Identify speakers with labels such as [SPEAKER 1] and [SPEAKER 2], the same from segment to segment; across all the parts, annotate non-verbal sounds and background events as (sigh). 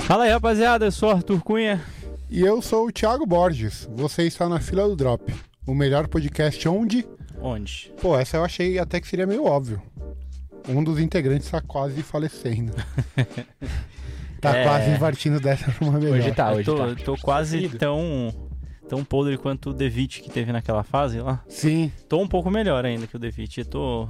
[SPEAKER 1] Fala aí, rapaziada. Eu sou Arthur Cunha.
[SPEAKER 2] E eu sou o Thiago Borges. Você está na fila do Drop, o melhor podcast onde.
[SPEAKER 1] Onde?
[SPEAKER 2] Pô, essa eu achei até que seria meio óbvio. Um dos integrantes está
[SPEAKER 1] (laughs)
[SPEAKER 2] quase falecendo. tá
[SPEAKER 1] É.
[SPEAKER 2] quase invertindo dessa pra uma melhor.
[SPEAKER 3] Hoje tá,
[SPEAKER 1] eu
[SPEAKER 3] hoje
[SPEAKER 1] tô,
[SPEAKER 3] tá.
[SPEAKER 1] eu tô quase tão, tão podre quanto o Devit que teve naquela fase lá.
[SPEAKER 2] Sim,
[SPEAKER 1] Tô um pouco melhor ainda que o Devit. Eu tô.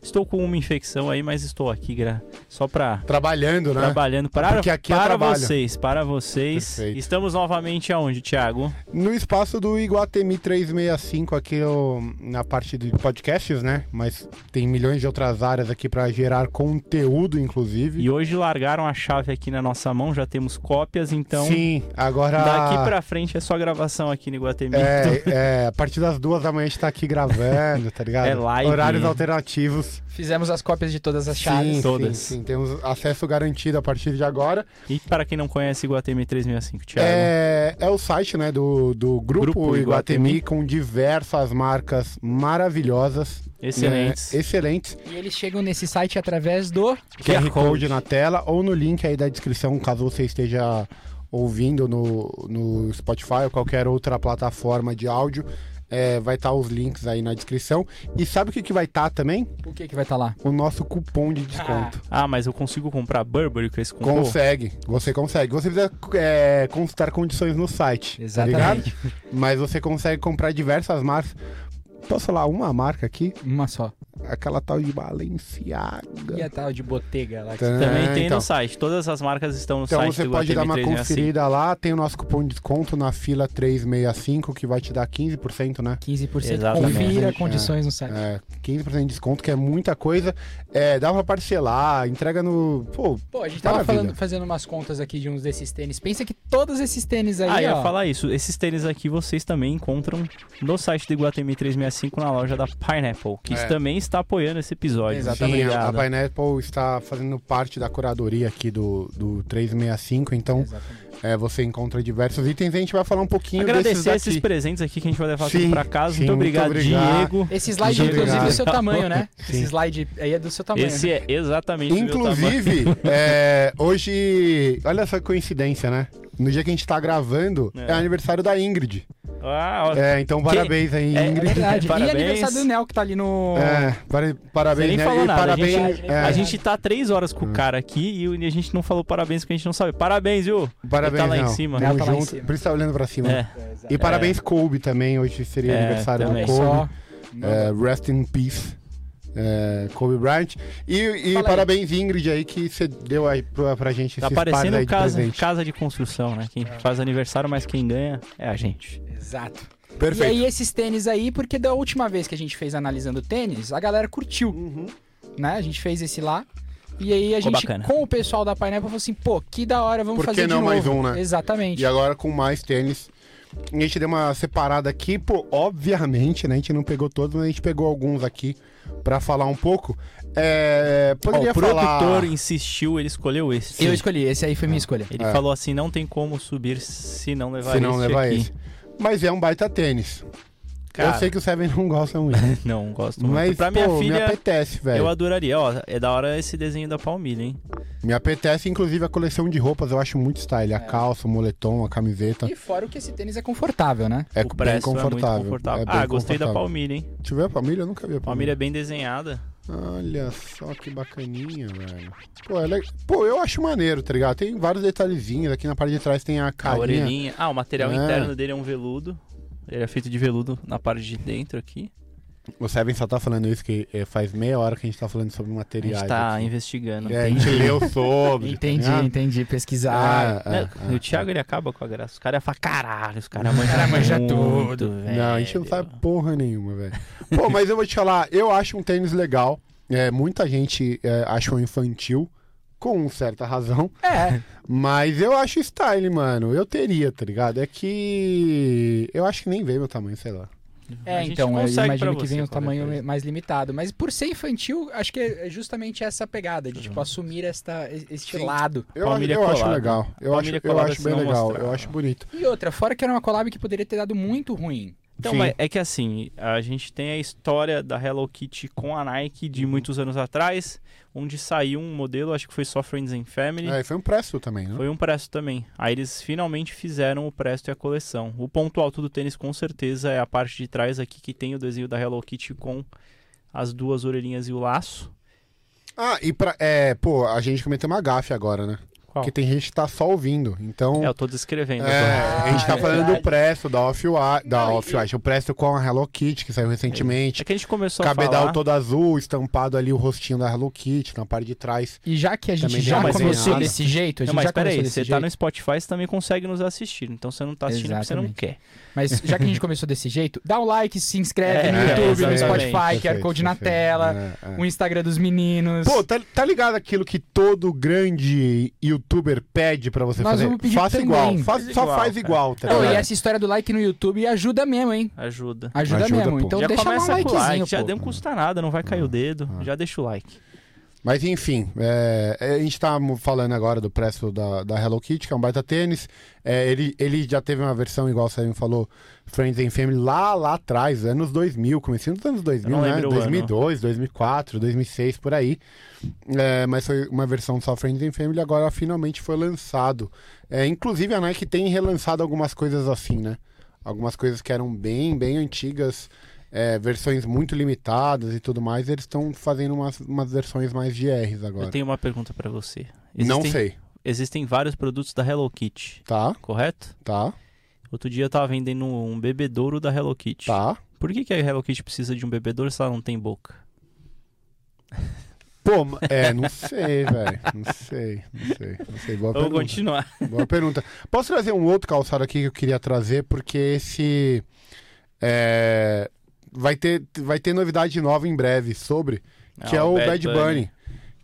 [SPEAKER 1] Estou com uma infecção aí, mas estou aqui gra... só pra.
[SPEAKER 2] trabalhando, né?
[SPEAKER 1] Trabalhando para,
[SPEAKER 2] Porque aqui é
[SPEAKER 1] para
[SPEAKER 2] trabalho.
[SPEAKER 1] vocês, para vocês.
[SPEAKER 2] Perfeito.
[SPEAKER 1] Estamos novamente aonde, Thiago?
[SPEAKER 2] No espaço do Iguatemi 365, aqui eu- na parte de podcasts, né? Mas tem milhões de outras áreas aqui pra gerar conteúdo, inclusive.
[SPEAKER 1] E hoje largaram a chave aqui na nossa mão, já temos cópias, então
[SPEAKER 2] Sim, agora.
[SPEAKER 1] daqui pra frente é só gravação aqui no Iguatemi. Então.
[SPEAKER 2] É, é, a partir das duas da manhã a gente tá aqui gravando, tá ligado?
[SPEAKER 1] É live.
[SPEAKER 2] Horários alternativos.
[SPEAKER 3] Fizemos as cópias de todas as
[SPEAKER 2] Sim,
[SPEAKER 3] chaves.
[SPEAKER 2] sim,
[SPEAKER 1] todas.
[SPEAKER 2] Sim, temos acesso garantido a partir de agora.
[SPEAKER 1] (laughs) E para quem não conhece Iguatemi 365, Thiago.
[SPEAKER 2] É, é o site né, do, do grupo,
[SPEAKER 1] Grupo
[SPEAKER 2] Iguatemi,
[SPEAKER 1] Iguatemi.
[SPEAKER 2] com diversas marcas maravilhosas.
[SPEAKER 1] Excelentes.
[SPEAKER 2] né, excelentes.
[SPEAKER 3] E eles chegam nesse site através do.
[SPEAKER 2] QR,
[SPEAKER 1] QR
[SPEAKER 2] Code.
[SPEAKER 1] Code.
[SPEAKER 2] na tela ou no link aí da descrição, caso você esteja ouvindo no, no Spotify ou qualquer outra plataforma de áudio. É, vai estar os links aí na descrição. E sabe o que, que vai estar também?
[SPEAKER 3] O que que vai estar lá?
[SPEAKER 2] o nosso cupom de desconto.
[SPEAKER 1] Ah, mas eu consigo comprar Burberry com esse cupom?
[SPEAKER 2] Consegue, você consegue. Você precisa é, consultar condições no site. tá ligado?
[SPEAKER 3] Exatamente.
[SPEAKER 2] Mas você consegue comprar diversas marcas. Posso falar uma marca aqui?
[SPEAKER 3] Uma só.
[SPEAKER 2] Aquela tal de
[SPEAKER 1] é
[SPEAKER 3] E a
[SPEAKER 2] Balenciaga.
[SPEAKER 3] tal de botega lá. que-
[SPEAKER 1] Também
[SPEAKER 2] Tá,
[SPEAKER 1] tem
[SPEAKER 2] então.
[SPEAKER 1] no site. Todas as marcas estão no
[SPEAKER 2] Então
[SPEAKER 1] um site
[SPEAKER 2] você
[SPEAKER 1] do né?
[SPEAKER 2] pode dar uma
[SPEAKER 1] ATM365.
[SPEAKER 2] conferida lá, tem o nosso cupom de desconto na fila 365, que vai te dar 15%, né?
[SPEAKER 3] 15%.
[SPEAKER 1] Exatamente.
[SPEAKER 3] Confira
[SPEAKER 2] É.
[SPEAKER 3] condições no site.
[SPEAKER 2] É, 15% de desconto, que é muita coisa. É, dá pra parcelar, entrega no. Pô,
[SPEAKER 3] Pô, a gente tava
[SPEAKER 2] Maravilha.
[SPEAKER 3] falando, fazendo umas contas aqui de uns desses tênis. Pensa que todos esses tênis aí,
[SPEAKER 1] Ah, eu
[SPEAKER 3] ó,
[SPEAKER 1] ia falar isso. Esses tênis aqui vocês também encontram no site do Iguatemi 365 na loja da Pineapple, que
[SPEAKER 2] É.
[SPEAKER 1] também está apoiando esse episódio.
[SPEAKER 2] Exatamente. A
[SPEAKER 1] Obrigado.
[SPEAKER 2] Pineapple está fazendo parte da curadoria aqui do, do 365, então
[SPEAKER 3] Exatamente.
[SPEAKER 2] é, você encontra diversos itens. A gente vai falar um pouquinho desses
[SPEAKER 1] Agradecer
[SPEAKER 2] daqui.
[SPEAKER 1] esses presentes aqui que a gente vai levar
[SPEAKER 2] Sim,
[SPEAKER 1] tudo pra casa.
[SPEAKER 2] sim,
[SPEAKER 1] muito,
[SPEAKER 2] muito
[SPEAKER 1] obrigado,
[SPEAKER 2] obrigado.
[SPEAKER 1] Diego.
[SPEAKER 3] Esse slide,
[SPEAKER 2] Muito
[SPEAKER 3] inclusive, é
[SPEAKER 2] obrigado.
[SPEAKER 3] do seu tamanho, né?
[SPEAKER 2] (laughs) Sim.
[SPEAKER 3] Esse slide aí é do seu tamanho.
[SPEAKER 1] Esse
[SPEAKER 3] né?
[SPEAKER 1] é exatamente o meu (laughs)
[SPEAKER 2] Inclusive, é, hoje, olha essa coincidência, né? No dia que a gente tá gravando,
[SPEAKER 1] É.
[SPEAKER 2] é, aniversário da Ingrid.
[SPEAKER 1] tamanho. Ah, ó,
[SPEAKER 2] É, então parabéns aí,
[SPEAKER 1] É,
[SPEAKER 3] É
[SPEAKER 2] Ingrid.
[SPEAKER 3] verdade.
[SPEAKER 1] Parabéns.
[SPEAKER 3] E aniversário do Nel que tá ali no.
[SPEAKER 2] É, para-
[SPEAKER 1] Você
[SPEAKER 2] parabéns,
[SPEAKER 1] nem
[SPEAKER 2] né?
[SPEAKER 1] falou
[SPEAKER 2] E
[SPEAKER 1] nada, a gente-
[SPEAKER 2] parabéns, é,
[SPEAKER 1] A gente tá três horas
[SPEAKER 2] Hum.
[SPEAKER 1] com o cara aqui e a gente não falou parabéns porque a gente não sabe. Parabéns, viu?
[SPEAKER 2] parabéns,
[SPEAKER 1] tá lá em
[SPEAKER 2] não.
[SPEAKER 1] cima.
[SPEAKER 2] Tamo
[SPEAKER 3] Ela tá lá em
[SPEAKER 2] junto.
[SPEAKER 3] cima.
[SPEAKER 2] Por isso tá olhando pra cima.
[SPEAKER 1] É.
[SPEAKER 2] E parabéns, Kobe, também. Hoje seria
[SPEAKER 1] É,
[SPEAKER 2] aniversário
[SPEAKER 1] também.
[SPEAKER 2] do
[SPEAKER 3] Olha
[SPEAKER 2] Kobe.
[SPEAKER 3] só.
[SPEAKER 2] É, rest in peace. é, Kobe Bryant. E, e
[SPEAKER 3] Fala aí.
[SPEAKER 2] parabéns, Ingrid, aí, que você deu aí pra, pra gente
[SPEAKER 1] Tá
[SPEAKER 2] esses pares
[SPEAKER 1] parecendo
[SPEAKER 2] aí de
[SPEAKER 1] casa,
[SPEAKER 2] presente.
[SPEAKER 1] casa de construção, né? Quem faz aniversário, mas quem ganha é a gente.
[SPEAKER 3] Exato. E
[SPEAKER 2] Perfeito.
[SPEAKER 3] aí esses tênis aí, porque da última vez que a gente fez analisando tênis, a galera curtiu,
[SPEAKER 2] Uhum.
[SPEAKER 3] né? A gente fez esse lá. E aí a
[SPEAKER 1] Ficou
[SPEAKER 3] gente,
[SPEAKER 1] bacana.
[SPEAKER 3] com o pessoal da Pineapple, falou assim, pô, que da hora, vamos
[SPEAKER 2] Por que
[SPEAKER 3] fazer de
[SPEAKER 2] não
[SPEAKER 3] novo.
[SPEAKER 2] mais um, né?
[SPEAKER 3] Exatamente.
[SPEAKER 2] E agora com mais tênis. A gente deu uma separada aqui, pô, obviamente, né? A gente não pegou todos, mas a gente pegou alguns aqui pra falar um pouco. É, poderia
[SPEAKER 1] Ó, o produtor
[SPEAKER 2] falar...
[SPEAKER 1] insistiu, ele escolheu esse.
[SPEAKER 3] Eu escolhi, esse aí foi minha escolha.
[SPEAKER 1] Ele
[SPEAKER 2] É.
[SPEAKER 1] falou assim: não tem como subir se não levar
[SPEAKER 2] se não
[SPEAKER 1] esse
[SPEAKER 2] levar
[SPEAKER 1] aqui.
[SPEAKER 2] esse. Mas é um baita tênis.
[SPEAKER 1] Cara.
[SPEAKER 2] Eu sei que o Seven não gosta muito.
[SPEAKER 1] (laughs) Não, gosto (laughs) muito.
[SPEAKER 2] mas,
[SPEAKER 1] pra
[SPEAKER 2] pô,
[SPEAKER 1] minha
[SPEAKER 2] me
[SPEAKER 1] filha,
[SPEAKER 2] apetece, velho.
[SPEAKER 1] eu adoraria. Ó, é da hora esse desenho da Palmilha, hein?
[SPEAKER 2] Me apetece, inclusive, a coleção de roupas, eu acho muito style.
[SPEAKER 1] É.
[SPEAKER 2] A calça, o moletom, a camiseta.
[SPEAKER 3] E fora o que esse tênis é confortável, né?
[SPEAKER 2] É
[SPEAKER 1] o
[SPEAKER 2] bem
[SPEAKER 1] preço é
[SPEAKER 2] confortável.
[SPEAKER 1] muito confortável.
[SPEAKER 2] é bem
[SPEAKER 1] ah, gostei da
[SPEAKER 2] confortável.
[SPEAKER 1] Palmilha, hein?
[SPEAKER 2] Deixa eu ver a Palmilha, eu nunca vi
[SPEAKER 1] Palmilha
[SPEAKER 2] a
[SPEAKER 1] é
[SPEAKER 2] Palmilha.
[SPEAKER 1] bem desenhada.
[SPEAKER 2] Olha só que bacaninha, velho. Pô, ela é- Pô, eu acho maneiro, tá ligado? Tem vários detalhezinhos. Aqui na parte de trás tem a
[SPEAKER 1] A
[SPEAKER 2] carinha.
[SPEAKER 1] orelhinha. Ah, o material
[SPEAKER 2] É.
[SPEAKER 1] interno dele é um veludo. Ele é feito de veludo na parte de dentro aqui.
[SPEAKER 2] o Seven só tá falando isso, que eh, faz meia hora que a gente tá falando sobre
[SPEAKER 1] A gente
[SPEAKER 2] materiais.
[SPEAKER 1] tá
[SPEAKER 2] aqui.
[SPEAKER 1] investigando.
[SPEAKER 2] É,
[SPEAKER 1] (laughs)
[SPEAKER 2] a gente leu sobre. tá
[SPEAKER 3] Entendi,
[SPEAKER 2] ligado?
[SPEAKER 3] entendi. Pesquisar.
[SPEAKER 2] Ah,
[SPEAKER 1] Né?
[SPEAKER 2] ah, ah.
[SPEAKER 1] o Thiago ele acaba com a graça. Os caras falam, caralho, os caras manjam
[SPEAKER 3] cara manja
[SPEAKER 1] muito,
[SPEAKER 3] tudo."
[SPEAKER 1] velho.
[SPEAKER 2] né? Não, a gente não sabe porra nenhuma, velho. Pô, mas eu vou te falar, eu acho um tênis legal. É, muita gente é, achou infantil, com certa razão.
[SPEAKER 3] É,
[SPEAKER 2] Mas eu acho style, mano. Eu teria, tá ligado? É que. Eu acho que nem veio meu tamanho, sei lá.
[SPEAKER 3] é
[SPEAKER 1] A gente
[SPEAKER 3] então, eu
[SPEAKER 1] consegue pra
[SPEAKER 3] imagino que
[SPEAKER 1] você
[SPEAKER 3] vem um
[SPEAKER 1] qualquer
[SPEAKER 3] tamanho
[SPEAKER 1] coisa.
[SPEAKER 3] mais limitado. Mas por ser infantil, acho que é justamente essa pegada de, tipo, assumir esta, este
[SPEAKER 2] Uhum. Sim.
[SPEAKER 3] lado.
[SPEAKER 2] Eu, acho,
[SPEAKER 1] Palmilha
[SPEAKER 2] eu acho
[SPEAKER 1] colada.
[SPEAKER 2] legal. Eu acho,
[SPEAKER 1] Palmilha
[SPEAKER 2] eu
[SPEAKER 1] colada,
[SPEAKER 2] acho bem
[SPEAKER 1] senão
[SPEAKER 2] legal.
[SPEAKER 1] mostrar.
[SPEAKER 2] Eu acho bonito.
[SPEAKER 3] E outra, fora que era uma collab que poderia ter dado muito ruim.
[SPEAKER 1] Então,
[SPEAKER 2] Sim.
[SPEAKER 1] mas é que assim, a gente tem a história da Hello Kitty com a Nike de muitos anos atrás, onde saiu um modelo, acho que foi só Friends and Family.
[SPEAKER 2] É, e foi um preço também, né?
[SPEAKER 1] Foi um presto também. Aí eles finalmente fizeram o presto e a coleção. O ponto alto do tênis, com certeza, é a parte de trás aqui que tem o desenho da Hello Kitty com as duas orelhinhas e o laço.
[SPEAKER 2] Ah, e pra. É, pô, a gente cometeu uma gafe agora, né?
[SPEAKER 1] Qual?
[SPEAKER 2] Porque tem gente que tá só ouvindo. Então.
[SPEAKER 1] É, eu tô descrevendo.
[SPEAKER 2] É,
[SPEAKER 1] agora.
[SPEAKER 2] a gente tá
[SPEAKER 1] (laughs)
[SPEAKER 3] Ah, é
[SPEAKER 2] falando do
[SPEAKER 3] verdade.
[SPEAKER 2] preço da Off-White, da
[SPEAKER 3] Não, e-
[SPEAKER 2] Off-White, o preço com a Hello Kitty, que saiu recentemente.
[SPEAKER 1] É que a gente começou a
[SPEAKER 2] Cabedal
[SPEAKER 1] falar...
[SPEAKER 2] todo azul, estampado ali o rostinho da Hello Kitty na parte de trás.
[SPEAKER 3] E já que a gente
[SPEAKER 2] Também
[SPEAKER 3] já
[SPEAKER 1] não, mas
[SPEAKER 3] começou
[SPEAKER 1] tem-
[SPEAKER 3] desse jeito, a gente
[SPEAKER 1] Não, mas
[SPEAKER 3] já começou
[SPEAKER 1] peraí,
[SPEAKER 3] desse
[SPEAKER 1] você
[SPEAKER 3] jeito.
[SPEAKER 1] tá no Spotify, você também consegue nos assistir. Então você não tá assistindo porque você não quer.
[SPEAKER 3] Mas já que a gente começou desse jeito, dá um like, se inscreve
[SPEAKER 1] É,
[SPEAKER 3] no
[SPEAKER 2] é,
[SPEAKER 3] YouTube, no
[SPEAKER 2] exatamente.
[SPEAKER 3] Spotify, QR
[SPEAKER 2] Perfeito,
[SPEAKER 3] Code na
[SPEAKER 2] perfeito.
[SPEAKER 3] tela,
[SPEAKER 2] É, é.
[SPEAKER 3] o Instagram dos meninos.
[SPEAKER 2] Pô, tá, tá ligado aquilo que todo grande youtuber pede pra você
[SPEAKER 3] Nós
[SPEAKER 2] fazer?
[SPEAKER 3] vamos pedir
[SPEAKER 2] Faça
[SPEAKER 3] também.
[SPEAKER 2] igual, faz-
[SPEAKER 1] Faz
[SPEAKER 2] só
[SPEAKER 1] igual, é.
[SPEAKER 2] faz
[SPEAKER 1] cara.
[SPEAKER 2] igual, tá
[SPEAKER 3] Não,
[SPEAKER 2] ligado?
[SPEAKER 3] e é essa história do like no YouTube ajuda mesmo, hein?
[SPEAKER 1] Ajuda.
[SPEAKER 3] Ajuda,
[SPEAKER 2] Ajuda,
[SPEAKER 3] mesmo.
[SPEAKER 2] pô.
[SPEAKER 3] Então
[SPEAKER 1] já
[SPEAKER 3] deixa lá um
[SPEAKER 1] começa com o like,
[SPEAKER 3] likezinho,
[SPEAKER 1] já
[SPEAKER 3] pô.
[SPEAKER 1] não custa nada, não vai cair o
[SPEAKER 2] Ah,
[SPEAKER 1] dedo. Já deixa o like.
[SPEAKER 2] Mas enfim, é, é, a gente tá mo- falando agora do preço da, da Hello Kitty, que é um baita tênis. É, ele, ele já teve uma versão, igual o Salim falou, Friends and Family, lá, lá atrás, anos 2000, comecinho dos anos 2000,
[SPEAKER 1] não
[SPEAKER 2] né?
[SPEAKER 1] lembro o
[SPEAKER 2] 2002, 2004, 2006, por aí. É, mas foi uma versão só Friends and Family, agora finalmente foi lançado. É, inclusive a Nike tem relançado algumas coisas assim, né? Algumas coisas que eram bem, bem antigas, é, versões muito limitadas e tudo mais, eles estão fazendo umas, umas versões mais GRs
[SPEAKER 1] Eu
[SPEAKER 2] agora.
[SPEAKER 1] tenho uma pergunta pra você.
[SPEAKER 2] Não
[SPEAKER 1] Existem-
[SPEAKER 2] sei,
[SPEAKER 1] Existem vários produtos da Hello Kitty,
[SPEAKER 2] tá?
[SPEAKER 1] correto?
[SPEAKER 2] Tá,
[SPEAKER 1] Outro dia eu tava vendendo um bebedouro da Hello Kitty.
[SPEAKER 2] tá.
[SPEAKER 1] Por que, que a Hello Kitty precisa de um bebedouro se ela não tem boca?
[SPEAKER 2] Pô, ma- é, não sei, (laughs) velho. Não sei, não sei, não sei. Boa
[SPEAKER 1] Vamos
[SPEAKER 2] pergunta.
[SPEAKER 1] continuar.
[SPEAKER 2] Boa pergunta. Posso trazer um outro calçado aqui que eu queria trazer, porque esse. é, vai, ter, vai ter novidade nova em breve sobre, que é
[SPEAKER 1] Ah,
[SPEAKER 2] o Bad, Bunny.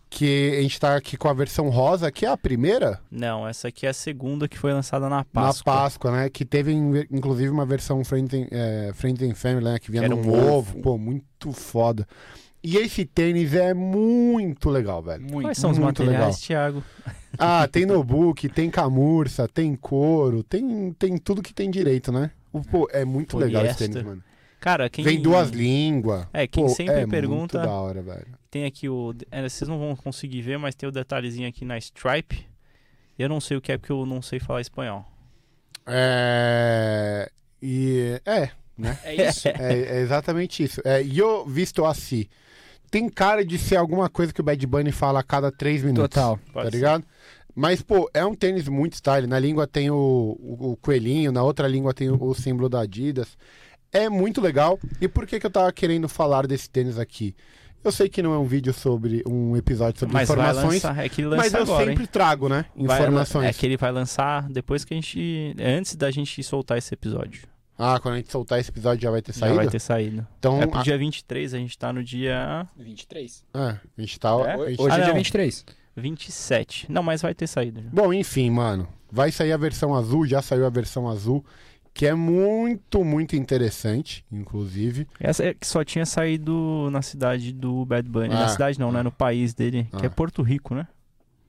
[SPEAKER 2] Que a gente tá aqui com a versão rosa, que é a primeira
[SPEAKER 1] Não, essa aqui é a segunda que foi lançada na Páscoa.
[SPEAKER 2] na Páscoa, né? Que teve in- inclusive uma versão Friends and, é, Friends and Family, né? Que vinha
[SPEAKER 1] Era
[SPEAKER 2] num
[SPEAKER 1] um
[SPEAKER 2] ovo. Pô, muito foda. E esse tênis é muito legal, velho.
[SPEAKER 3] Muito.
[SPEAKER 1] Quais são os
[SPEAKER 2] Muito
[SPEAKER 1] materiais,
[SPEAKER 2] legal.
[SPEAKER 1] Thiago?
[SPEAKER 2] Ah, tem Nobuki, (laughs) tem camurça, tem couro, tem, tem tudo que tem direito, né? O- Pô, é muito legal esse
[SPEAKER 1] Poliéster.
[SPEAKER 2] tênis, mano.
[SPEAKER 1] Cara, quem...
[SPEAKER 2] Vem duas línguas.
[SPEAKER 1] É, quem
[SPEAKER 2] Pô,
[SPEAKER 1] sempre
[SPEAKER 2] é
[SPEAKER 1] pergunta,
[SPEAKER 2] Muito da hora, velho.
[SPEAKER 1] tem aqui o... é, Vocês não vão conseguir ver, mas tem o detalhezinho aqui na Stripe. Eu não sei o que é porque eu não sei falar espanhol.
[SPEAKER 2] É. E. É,
[SPEAKER 3] É isso.
[SPEAKER 2] é, é exatamente isso. É, yo visto assim. Tem cara de ser alguma coisa que o Bad Bunny fala a cada três minutos.
[SPEAKER 3] Total.
[SPEAKER 1] Pode
[SPEAKER 2] tá
[SPEAKER 1] ser.
[SPEAKER 2] ligado? Mas, pô, é um tênis muito style. Na língua tem o, o- o coelhinho, na outra língua tem o, o símbolo da Adidas. É muito legal. E por que, que eu tava querendo falar desse tênis aqui? Eu sei que não é um vídeo sobre um episódio sobre
[SPEAKER 1] Mas vai
[SPEAKER 2] informações,
[SPEAKER 1] lançar, é que ele lança
[SPEAKER 2] mas eu
[SPEAKER 1] agora,
[SPEAKER 2] sempre
[SPEAKER 1] hein?
[SPEAKER 2] trago, né?
[SPEAKER 1] Vai-
[SPEAKER 2] Informações.
[SPEAKER 1] é que ele vai lançar depois que a gente... é Antes da gente soltar esse episódio.
[SPEAKER 2] Ah, quando a gente soltar esse episódio já vai ter
[SPEAKER 1] Já
[SPEAKER 2] saído?
[SPEAKER 1] vai ter saído.
[SPEAKER 2] Então,
[SPEAKER 1] é pro dia 23, a gente tá no dia
[SPEAKER 3] 23.
[SPEAKER 2] a, é, a gente tá.
[SPEAKER 1] É?
[SPEAKER 2] a gente-
[SPEAKER 3] Hoje
[SPEAKER 1] Ah,
[SPEAKER 3] é dia
[SPEAKER 1] não.
[SPEAKER 3] 23.
[SPEAKER 1] 27. Não, mas vai ter saído já.
[SPEAKER 2] Bom, enfim, mano. Vai sair a versão azul, já saiu a versão azul, que é muito, muito interessante, inclusive.
[SPEAKER 1] Essa é que só tinha saído na cidade do Bad Bunny.
[SPEAKER 2] Ah,
[SPEAKER 1] na cidade não, né? No país dele, que
[SPEAKER 2] ah.
[SPEAKER 1] é Porto Rico, né?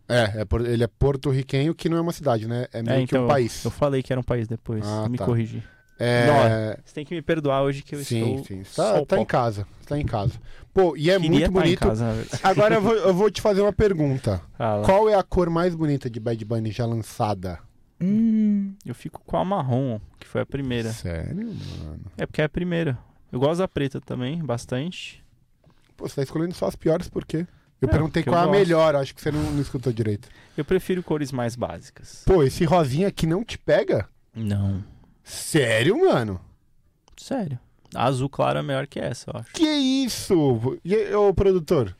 [SPEAKER 2] É, é por- ele é porto-riquenho, que não é uma cidade, né? É meio
[SPEAKER 1] É,
[SPEAKER 2] que um
[SPEAKER 1] então,
[SPEAKER 2] país.
[SPEAKER 1] Eu falei que era um país depois.
[SPEAKER 2] Ah,
[SPEAKER 1] me
[SPEAKER 2] tá.
[SPEAKER 1] corrigi.
[SPEAKER 2] É,
[SPEAKER 1] Você tem que me perdoar hoje que eu
[SPEAKER 2] sim,
[SPEAKER 1] estou.
[SPEAKER 2] sim.
[SPEAKER 1] só
[SPEAKER 2] Tá,
[SPEAKER 1] o
[SPEAKER 2] tá em
[SPEAKER 1] pó.
[SPEAKER 2] casa, tá em casa. Pô, e é
[SPEAKER 1] Queria
[SPEAKER 2] muito
[SPEAKER 1] tá em
[SPEAKER 2] bonito.
[SPEAKER 1] casa, Tá. Ah, na verdade.
[SPEAKER 2] Agora eu vou, eu vou te fazer uma pergunta.
[SPEAKER 1] Fala.
[SPEAKER 2] Qual é a cor mais bonita de Bad Bunny já lançada?
[SPEAKER 3] Hum.
[SPEAKER 1] Eu fico com a marrom, que foi a primeira.
[SPEAKER 2] Sério, mano?
[SPEAKER 1] É porque é a primeira. Eu gosto da preta também, bastante.
[SPEAKER 2] Pô, você tá escolhendo só as piores, por quê? Eu
[SPEAKER 1] É,
[SPEAKER 2] perguntei
[SPEAKER 1] porque
[SPEAKER 2] qual é a
[SPEAKER 1] eu gosto.
[SPEAKER 2] melhor, acho que você não, não escutou direito.
[SPEAKER 1] Eu prefiro cores mais básicas.
[SPEAKER 2] Pô, esse rosinha aqui não te pega?
[SPEAKER 1] Não.
[SPEAKER 2] Sério, mano?
[SPEAKER 1] Sério. A azul claro é melhor que essa, eu acho.
[SPEAKER 2] Que isso? E aí, ô, produtor?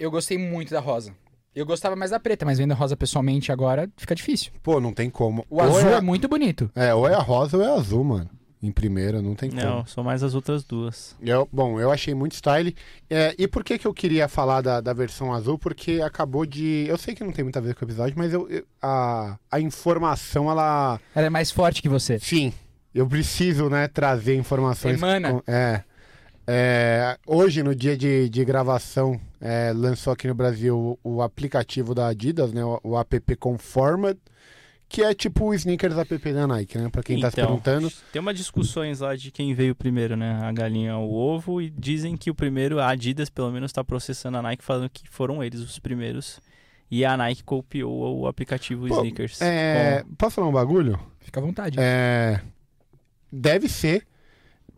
[SPEAKER 3] Eu gostei muito da rosa. Eu gostava mais da preta, mas vendo a rosa pessoalmente agora fica difícil.
[SPEAKER 2] Pô, não tem como.
[SPEAKER 3] O
[SPEAKER 2] Ou
[SPEAKER 3] azul
[SPEAKER 2] é-
[SPEAKER 3] é muito bonito.
[SPEAKER 2] É, ou é a rosa ou é a azul, mano. Em primeira, não tem como.
[SPEAKER 1] Não, são mais as outras duas.
[SPEAKER 2] Eu- bom, eu achei muito style. É, e por que, que eu queria falar da, da versão azul? Porque acabou de. Eu sei que não tem muito a ver com o episódio, mas eu, eu- a, a informação, ela.
[SPEAKER 3] Ela é mais forte que você.
[SPEAKER 2] Sim, eu preciso, né, trazer informações.
[SPEAKER 3] Emana.
[SPEAKER 2] com- é. É, hoje, no dia de, de gravação, é, lançou aqui no Brasil o, o aplicativo da Adidas, né? O, o app Conformed, que é tipo o sneakers app da Nike, né? Pra quem tá se perguntando.
[SPEAKER 1] Tem umas discussões lá de quem veio primeiro, né? A galinha ou o ovo. E dizem que o primeiro, a Adidas pelo menos, tá processando a Nike, falando que foram eles os primeiros. E a Nike copiou o aplicativo
[SPEAKER 2] Pô,
[SPEAKER 1] Sneakers.
[SPEAKER 2] É, posso falar um bagulho?
[SPEAKER 3] Fica à vontade.
[SPEAKER 2] É, deve ser,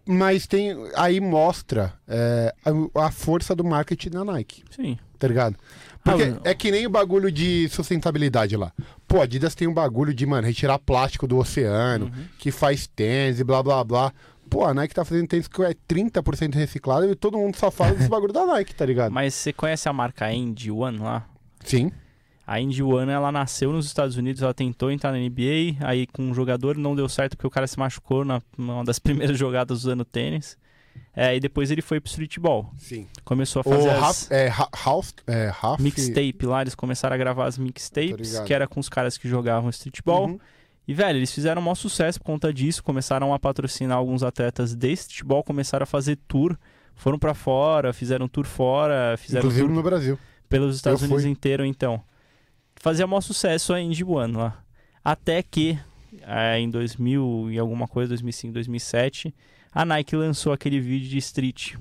[SPEAKER 2] mas tem aí mostra é, a, a força do marketing da Nike,
[SPEAKER 1] Bom, sim.
[SPEAKER 2] tá ligado?
[SPEAKER 1] Ah,
[SPEAKER 2] Porque
[SPEAKER 1] o-
[SPEAKER 2] é que nem o bagulho de sustentabilidade lá. Pô, a Adidas tem um bagulho de, mano, retirar plástico do
[SPEAKER 1] Uhum. Hum.
[SPEAKER 2] oceano, que faz tênis e blá blá blá. Pô, a Nike tá fazendo tênis que é 30% reciclado e todo mundo só fala desse bagulho da Nike, tá ligado?
[SPEAKER 1] Mas você conhece a marca Indy One lá?
[SPEAKER 2] Sim.
[SPEAKER 1] A Indy One, ela nasceu nos Estados Unidos, ela tentou entrar na NBA, aí com um jogador não deu certo porque o cara se machucou na numa das (laughs) primeiras jogadas usando tênis. É, e depois ele foi pro streetball.
[SPEAKER 2] Sim.
[SPEAKER 1] Começou a
[SPEAKER 2] O
[SPEAKER 1] fazer
[SPEAKER 2] Raf,
[SPEAKER 1] as
[SPEAKER 2] é, Ra- Ralph, é, Ralph-
[SPEAKER 1] mixtape lá, eles começaram a gravar as
[SPEAKER 2] Tô
[SPEAKER 1] mixtapes,
[SPEAKER 2] ligado.
[SPEAKER 1] que era com os caras que jogavam streetball.
[SPEAKER 2] Uhum.
[SPEAKER 1] E, velho, eles fizeram um maior sucesso por conta disso, começaram a patrocinar alguns atletas de streetball, começaram a fazer tour, foram pra fora, fizeram tour fora, fizeram
[SPEAKER 2] Inclusive
[SPEAKER 1] tour
[SPEAKER 2] no Brasil.
[SPEAKER 1] pelos Estados
[SPEAKER 2] Eu
[SPEAKER 1] Unidos
[SPEAKER 2] fui.
[SPEAKER 1] inteiro, então. Fazia maior sucesso a Indy One lá. Até que, eh, em 2000 e alguma coisa, 2005, 2007, a Nike lançou aquele vídeo de street.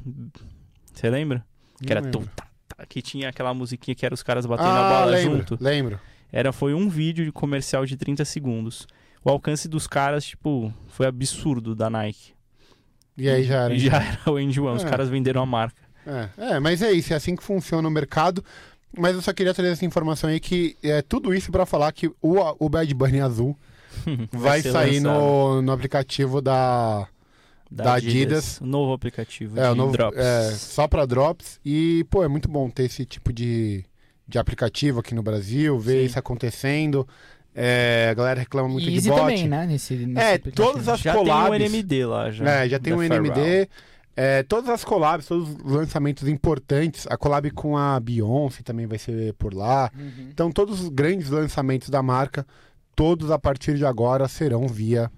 [SPEAKER 1] Você lembra? Que
[SPEAKER 2] Não
[SPEAKER 1] era
[SPEAKER 2] lembro.
[SPEAKER 1] tum, tá, tá, que tinha aquela musiquinha que era os caras batendo a
[SPEAKER 2] Ah,
[SPEAKER 1] bola
[SPEAKER 2] lembro,
[SPEAKER 1] junto.
[SPEAKER 2] lembro.
[SPEAKER 1] Era foi um vídeo de comercial de 30 segundos. O alcance dos caras, tipo, foi absurdo da Nike.
[SPEAKER 2] E aí já era.
[SPEAKER 1] E já era o Indy One, os
[SPEAKER 2] É.
[SPEAKER 1] caras venderam a marca.
[SPEAKER 2] É, é, mas é isso, é assim que funciona o mercado. Mas eu só queria trazer essa informação aí que é tudo isso pra falar que o, o Bad Bunny azul vai,
[SPEAKER 1] ser
[SPEAKER 2] sair
[SPEAKER 1] lançado
[SPEAKER 2] no, no aplicativo da, da Adidas.
[SPEAKER 1] O novo aplicativo
[SPEAKER 2] é,
[SPEAKER 1] de
[SPEAKER 2] o novo,
[SPEAKER 1] drops.
[SPEAKER 2] é, só pra drops e pô, é muito bom ter esse tipo de, de aplicativo aqui no Brasil, ver
[SPEAKER 1] Sim.
[SPEAKER 2] isso acontecendo. É, a galera reclama muito
[SPEAKER 3] e
[SPEAKER 2] de
[SPEAKER 3] Easy
[SPEAKER 2] bot.
[SPEAKER 3] também, né? Nesse, nesse
[SPEAKER 2] É,
[SPEAKER 3] aplicativo.
[SPEAKER 2] todas as
[SPEAKER 1] Já
[SPEAKER 2] collabs.
[SPEAKER 1] tem um NMD lá, já.
[SPEAKER 2] É, já tem
[SPEAKER 1] da
[SPEAKER 2] um
[SPEAKER 1] Pharrell.
[SPEAKER 2] NMD. É, todas as collabs, todos os lançamentos importantes, a collab com a Beyoncé também vai ser por lá.
[SPEAKER 3] Uhum.
[SPEAKER 2] Então, todos os grandes lançamentos da marca, todos a partir de agora serão via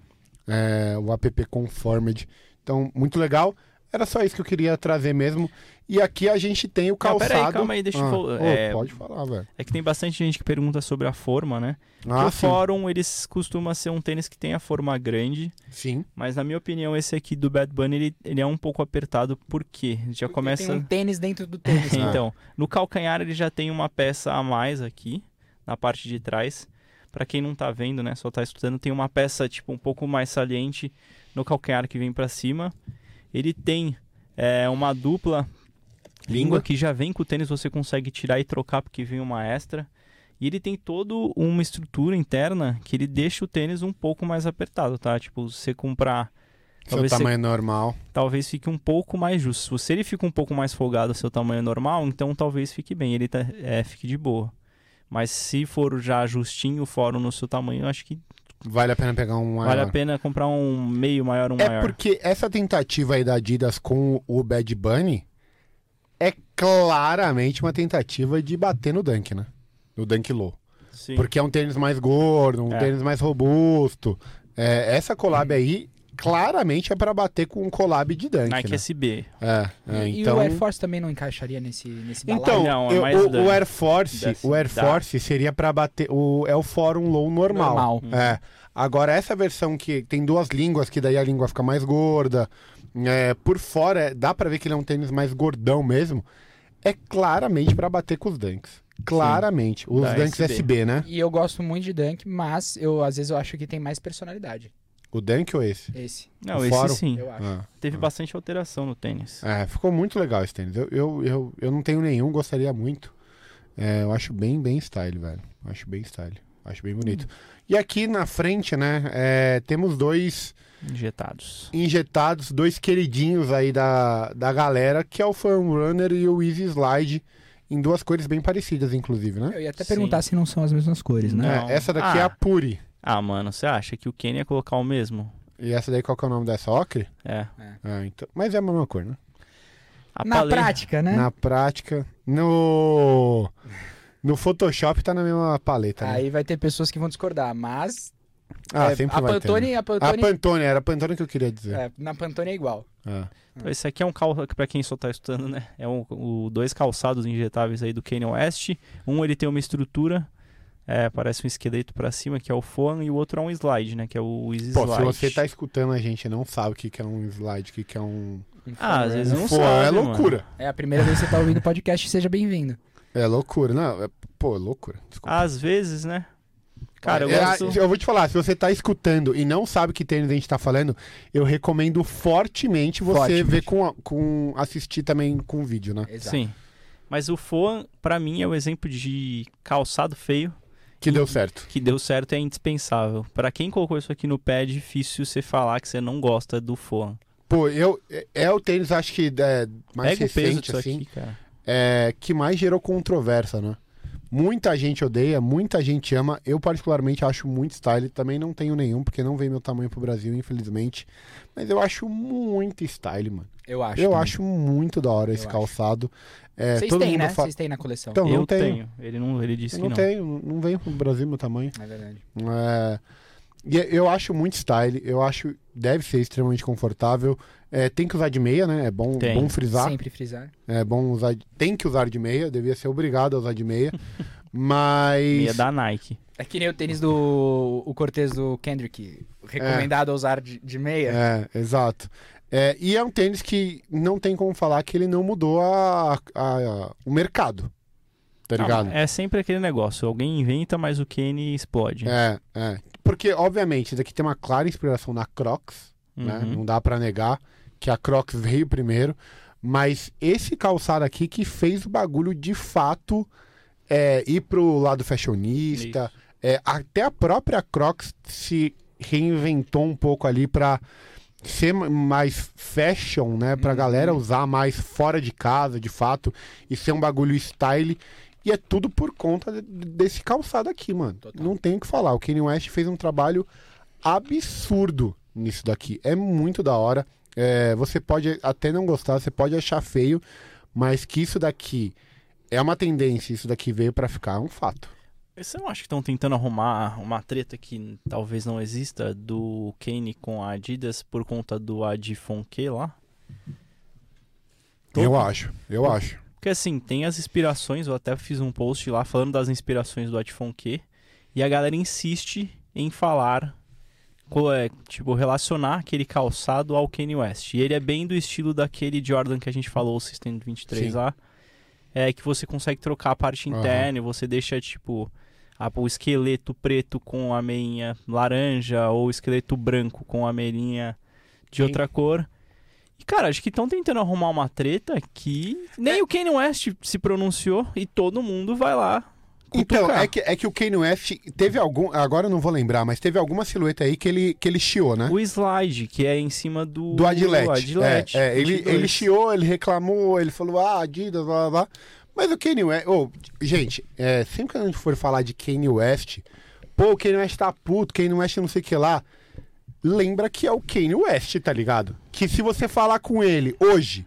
[SPEAKER 2] é, o app Conformed. Então, muito legal. Era só isso que eu queria trazer mesmo. E aqui a gente tem o
[SPEAKER 1] Não,
[SPEAKER 2] calçado.
[SPEAKER 1] Ah,
[SPEAKER 2] Ah,
[SPEAKER 1] peraí, calma aí, deixa eu fal-
[SPEAKER 2] ô,
[SPEAKER 1] é-
[SPEAKER 2] Pode falar, velho.
[SPEAKER 1] É que tem bastante gente que pergunta sobre a forma, né? Porque
[SPEAKER 2] Ah,
[SPEAKER 1] o
[SPEAKER 2] sim.
[SPEAKER 1] Fórum, eles costumam ser um tênis que tem a forma grande,
[SPEAKER 2] sim.
[SPEAKER 1] mas na minha opinião, esse aqui do Bad Bunny, ele, ele é um pouco apertado, por quê? Já
[SPEAKER 3] Tem um
[SPEAKER 1] começa...
[SPEAKER 3] tênis dentro do tênis.
[SPEAKER 2] Ah.
[SPEAKER 1] então, no calcanhar ele já tem uma peça a mais aqui, na parte de trás. Pra quem não tá vendo, né, só tá estudando, tem uma peça tipo um pouco mais saliente no calcanhar que vem pra cima. Ele tem é, uma dupla língua que já vem com o tênis, você consegue tirar e trocar porque vem uma extra. E ele tem toda uma estrutura interna que ele deixa o tênis um pouco mais apertado, tá? Tipo, você comprar,
[SPEAKER 2] Seu
[SPEAKER 1] Talvez você-
[SPEAKER 2] tamanho normal.
[SPEAKER 1] talvez fique um pouco mais justo. Se você- ele fica um pouco mais folgado ao seu tamanho normal, então talvez fique bem, ele tá- é, fique de boa. Mas se for já justinho, fora no seu tamanho, eu acho que
[SPEAKER 2] Vale a pena pegar um
[SPEAKER 1] vale
[SPEAKER 2] maior.
[SPEAKER 1] a pena comprar um meio maior, um
[SPEAKER 2] É
[SPEAKER 1] maior.
[SPEAKER 2] porque essa tentativa aí da Adidas com o Bad Bunny é claramente uma tentativa de bater no Dunk, né? No Dunk Low.
[SPEAKER 1] Sim.
[SPEAKER 2] Porque é um tênis mais gordo, um
[SPEAKER 1] É. Uhum.
[SPEAKER 2] tênis mais robusto. É, essa collab aí claramente é pra bater com um collab de Dunk,
[SPEAKER 1] Nike
[SPEAKER 2] né?
[SPEAKER 1] SB.
[SPEAKER 2] (laughs) É, é,
[SPEAKER 3] E
[SPEAKER 2] então...
[SPEAKER 3] o Air Force também não encaixaria nesse, nesse
[SPEAKER 2] Então,
[SPEAKER 3] balaio?
[SPEAKER 1] Não, é
[SPEAKER 2] eu-
[SPEAKER 1] mais
[SPEAKER 2] o,
[SPEAKER 1] Dunk.
[SPEAKER 2] o Air Force,
[SPEAKER 1] Desse-
[SPEAKER 2] o Air
[SPEAKER 1] da-
[SPEAKER 2] Force seria pra bater o é o Fórum Low normal.
[SPEAKER 3] Normal.
[SPEAKER 1] Uhum.
[SPEAKER 2] É. Agora essa versão que tem duas línguas, que daí a língua fica mais gorda, é, por fora é- dá pra ver que ele é um tênis mais gordão mesmo. É claramente pra bater com os Dunks. Claramente, os
[SPEAKER 1] Da
[SPEAKER 2] Dunks
[SPEAKER 1] SB.
[SPEAKER 2] SB. né?
[SPEAKER 3] E eu gosto muito de Dunk, mas eu às vezes eu acho que tem mais personalidade.
[SPEAKER 2] O Dunk ou esse?
[SPEAKER 3] Esse,
[SPEAKER 1] Não,
[SPEAKER 2] O
[SPEAKER 1] esse
[SPEAKER 2] Fórum.
[SPEAKER 1] sim.
[SPEAKER 3] eu acho.
[SPEAKER 2] Ah.
[SPEAKER 1] Teve bastante alteração no tênis.
[SPEAKER 2] É, ficou muito legal esse tênis. Eu, eu, eu, eu não tenho nenhum, gostaria muito. É, eu acho bem, bem style, velho. Acho bem style. Acho bem bonito. E aqui na frente, né, é, temos dois
[SPEAKER 1] Injetados.
[SPEAKER 2] injetados, dois queridinhos aí da, da galera, que é o Fan Runner e o Easy Slide, em duas cores bem parecidas, inclusive, né?
[SPEAKER 3] Eu ia até
[SPEAKER 1] Sim.
[SPEAKER 3] perguntar se não são as mesmas cores, né?
[SPEAKER 1] Não.
[SPEAKER 2] É, essa daqui é a
[SPEAKER 1] Ah.
[SPEAKER 2] Puri.
[SPEAKER 1] Ah, mano, você acha que o Kenny ia colocar o mesmo?
[SPEAKER 2] E essa daí, qual que é o nome dessa? Ocre?
[SPEAKER 1] É.
[SPEAKER 2] Ah, então... Mas é a mesma cor, né?
[SPEAKER 1] A
[SPEAKER 3] Na
[SPEAKER 1] paleta-
[SPEAKER 3] prática, né?
[SPEAKER 2] Na prática, no... No Photoshop tá na mesma paleta, né?
[SPEAKER 3] Aí vai ter pessoas que vão discordar, mas
[SPEAKER 2] Ah,
[SPEAKER 3] é,
[SPEAKER 2] sempre
[SPEAKER 3] a,
[SPEAKER 2] vai ter, né?
[SPEAKER 3] Pantone, a
[SPEAKER 2] A
[SPEAKER 3] Pantone,
[SPEAKER 2] Pantone, era a Pantone que eu queria dizer.
[SPEAKER 3] é, na Pantone é igual.
[SPEAKER 2] Ah.
[SPEAKER 1] Então, esse aqui é um calçado, pra quem só tá estudando, né? É um, o- dois calçados injetáveis aí do Kanye West. Um, ele tem uma estrutura É, parece um esqueleto pra cima, que é o Foam, e o outro é um slide, né? Que é o Easy
[SPEAKER 2] Pô, se
[SPEAKER 1] Slide.
[SPEAKER 2] você tá escutando a gente e não sabe o que, que é um slide, o que, que é um.
[SPEAKER 1] Ah, às vezes não
[SPEAKER 2] Pô,
[SPEAKER 1] sabe,
[SPEAKER 2] é
[SPEAKER 1] mano.
[SPEAKER 2] loucura.
[SPEAKER 3] né? É a primeira vez que você tá ouvindo o podcast, seja bem-vindo.
[SPEAKER 2] É loucura. Não, é... pô, é loucura. Desculpa.
[SPEAKER 1] Às vezes, né? Cara, eu
[SPEAKER 2] É,
[SPEAKER 1] gosto.
[SPEAKER 2] eu vou te falar, se você tá escutando e não sabe que tênis a gente tá falando, eu recomendo fortemente você
[SPEAKER 3] Fortemente.
[SPEAKER 2] ver com, a- com. assistir também com vídeo, né?
[SPEAKER 3] Exato.
[SPEAKER 1] Sim. Mas o Foam, pra mim, é o exemplo de calçado feio
[SPEAKER 2] Que deu certo.
[SPEAKER 1] que deu certo e é indispensável. Pra quem colocou isso aqui no pé, é difícil você falar que você não gosta do Foam.
[SPEAKER 2] Pô, eu. é- É o tênis, acho que é, mais
[SPEAKER 1] Pega o peso
[SPEAKER 2] recente,
[SPEAKER 1] disso
[SPEAKER 2] assim.
[SPEAKER 1] aqui, cara.
[SPEAKER 2] é, que mais gerou controvérsia, né? Muita gente odeia, muita gente ama. Eu, particularmente, acho muito style. Também não tenho nenhum, porque não veio meu tamanho pro Brasil, infelizmente. Mas eu acho muito style, mano.
[SPEAKER 3] Eu acho.
[SPEAKER 2] eu
[SPEAKER 3] também.
[SPEAKER 2] acho muito da hora esse
[SPEAKER 3] Eu acho.
[SPEAKER 2] calçado. É,
[SPEAKER 3] Vocês
[SPEAKER 2] todo
[SPEAKER 3] têm,
[SPEAKER 2] mundo
[SPEAKER 3] né?
[SPEAKER 2] fa-
[SPEAKER 3] Vocês têm na coleção.
[SPEAKER 2] Então,
[SPEAKER 1] eu
[SPEAKER 2] não tenho.
[SPEAKER 1] Ele não, ele disse que
[SPEAKER 2] Eu não
[SPEAKER 1] não.
[SPEAKER 2] tenho, não veio pro Brasil meu tamanho.
[SPEAKER 3] É verdade.
[SPEAKER 2] É, e eu acho muito style. Eu acho deve ser extremamente confortável. É, tem que usar de meia, né? É bom,
[SPEAKER 1] Tem.
[SPEAKER 2] bom frisar.
[SPEAKER 3] Sempre frisar.
[SPEAKER 2] É bom usar. de- Tem que usar de meia, devia ser obrigado a usar de meia. Mas.
[SPEAKER 1] Meia da Nike.
[SPEAKER 3] É que nem o tênis do o Cortez do Kendrick, recomendado a usar de, de meia.
[SPEAKER 2] É, exato. É, e é um tênis que não tem como falar que ele não mudou a, a- a- o mercado. Tá ligado?
[SPEAKER 1] É sempre aquele negócio. Alguém inventa, mas o Kenny explode.
[SPEAKER 2] é, é. Porque, obviamente, isso daqui tem uma clara inspiração na Crocs, né?
[SPEAKER 1] Uhum.
[SPEAKER 2] Não dá pra negar que a Crocs veio primeiro. Mas esse calçado aqui que fez o bagulho de fato é, ir pro lado fashionista,
[SPEAKER 1] Isso.
[SPEAKER 2] É, até a própria Crocs se reinventou um pouco ali pra ser ma- mais fashion, né? Pra galera usar mais fora de casa, de fato, e ser um bagulho style. E é tudo por conta de- desse calçado aqui, mano.
[SPEAKER 3] Total.
[SPEAKER 2] Não tem o que falar. O Kanye West fez um trabalho absurdo nisso daqui. É muito da hora. É, você pode até não gostar, você pode achar feio, mas que isso daqui é uma tendência, isso daqui veio pra ficar, é um fato.
[SPEAKER 1] Você não acha que estão tentando arrumar uma treta que talvez não exista do Kane com a Adidas por conta do Adifonque lá? Tô-
[SPEAKER 2] Eu acho, eu acho.
[SPEAKER 1] Porque assim, tem as inspirações, eu até fiz um post lá falando das inspirações do Adifonque e a galera insiste em falar co- é, tipo relacionar aquele calçado ao Kanye West. E ele é bem do estilo daquele Jordan que a gente falou, o System 23
[SPEAKER 2] Sim.
[SPEAKER 1] lá. É que você consegue trocar a parte
[SPEAKER 2] Aham.
[SPEAKER 1] interna, e você deixa tipo a- o esqueleto preto com a meinha laranja ou o esqueleto branco com a meinha de
[SPEAKER 2] Sim.
[SPEAKER 1] outra cor. E cara, acho que estão tentando arrumar uma treta que
[SPEAKER 3] É.
[SPEAKER 1] nem o Kanye West se pronunciou e todo mundo vai lá.
[SPEAKER 2] Então,
[SPEAKER 1] cutucar.
[SPEAKER 2] é que, é que o Kanye West teve algum. Agora eu não vou lembrar, mas teve alguma silhueta aí que ele, que ele chiou, né?
[SPEAKER 1] O slide, que é em cima do.
[SPEAKER 2] Do Adilete.
[SPEAKER 1] do Adilete,
[SPEAKER 2] É, é, ele,
[SPEAKER 1] 22.
[SPEAKER 2] ele chiou, ele reclamou, ele falou, ah, Adidas, blá blá blá. Mas o Kanye West. ô, gente, é, sempre que a gente for falar de Kanye West, pô, o Kanye West tá puto, Kanye West não sei o que lá. Lembra que é o Kanye West, tá ligado? Que se você falar com ele hoje.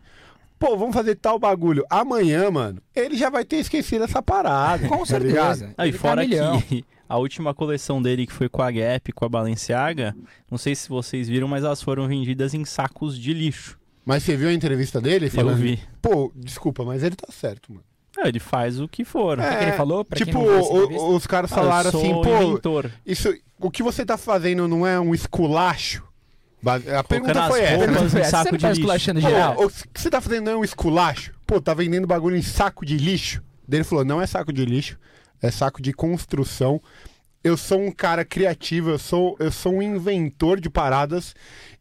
[SPEAKER 2] Pô, vamos fazer tal bagulho. Amanhã, mano, ele já vai ter esquecido essa parada.
[SPEAKER 3] Ah, Com
[SPEAKER 2] (laughs) tá ligado?
[SPEAKER 3] certeza.
[SPEAKER 1] Ah, e
[SPEAKER 3] Ele tá
[SPEAKER 1] fora
[SPEAKER 3] milhão.
[SPEAKER 1] que (laughs) a última coleção dele, que foi com a Gap, com a Balenciaga, não sei se vocês viram, mas elas foram vendidas em sacos de lixo.
[SPEAKER 2] Mas você viu a entrevista dele
[SPEAKER 1] Eu
[SPEAKER 2] falando?
[SPEAKER 1] vi.
[SPEAKER 2] Pô, desculpa, mas ele tá certo, mano.
[SPEAKER 1] É, ele faz o que for.
[SPEAKER 3] O que que ele falou? Pra
[SPEAKER 2] tipo,
[SPEAKER 3] quem não viu essa
[SPEAKER 2] o-
[SPEAKER 3] entrevista?
[SPEAKER 2] os caras
[SPEAKER 1] Ah,
[SPEAKER 2] falaram
[SPEAKER 1] eu sou um
[SPEAKER 2] assim, pô,
[SPEAKER 1] inventor.
[SPEAKER 2] isso, o que você tá fazendo não é um esculacho? Ba- A
[SPEAKER 1] Colocando
[SPEAKER 2] pergunta
[SPEAKER 1] as
[SPEAKER 2] foi essa. né?
[SPEAKER 1] roupas
[SPEAKER 3] Mas,
[SPEAKER 1] em
[SPEAKER 3] ué,
[SPEAKER 1] saco
[SPEAKER 3] você não
[SPEAKER 1] de
[SPEAKER 3] tá
[SPEAKER 1] lixo.
[SPEAKER 3] esculachando geral?
[SPEAKER 2] Pô, o que você tá fazendo não é um esculacho? Pô, tá vendendo bagulho em saco de lixo? Daí Ele falou, não é saco de lixo, é saco de construção. Eu sou um cara criativo, eu sou, eu sou um inventor de paradas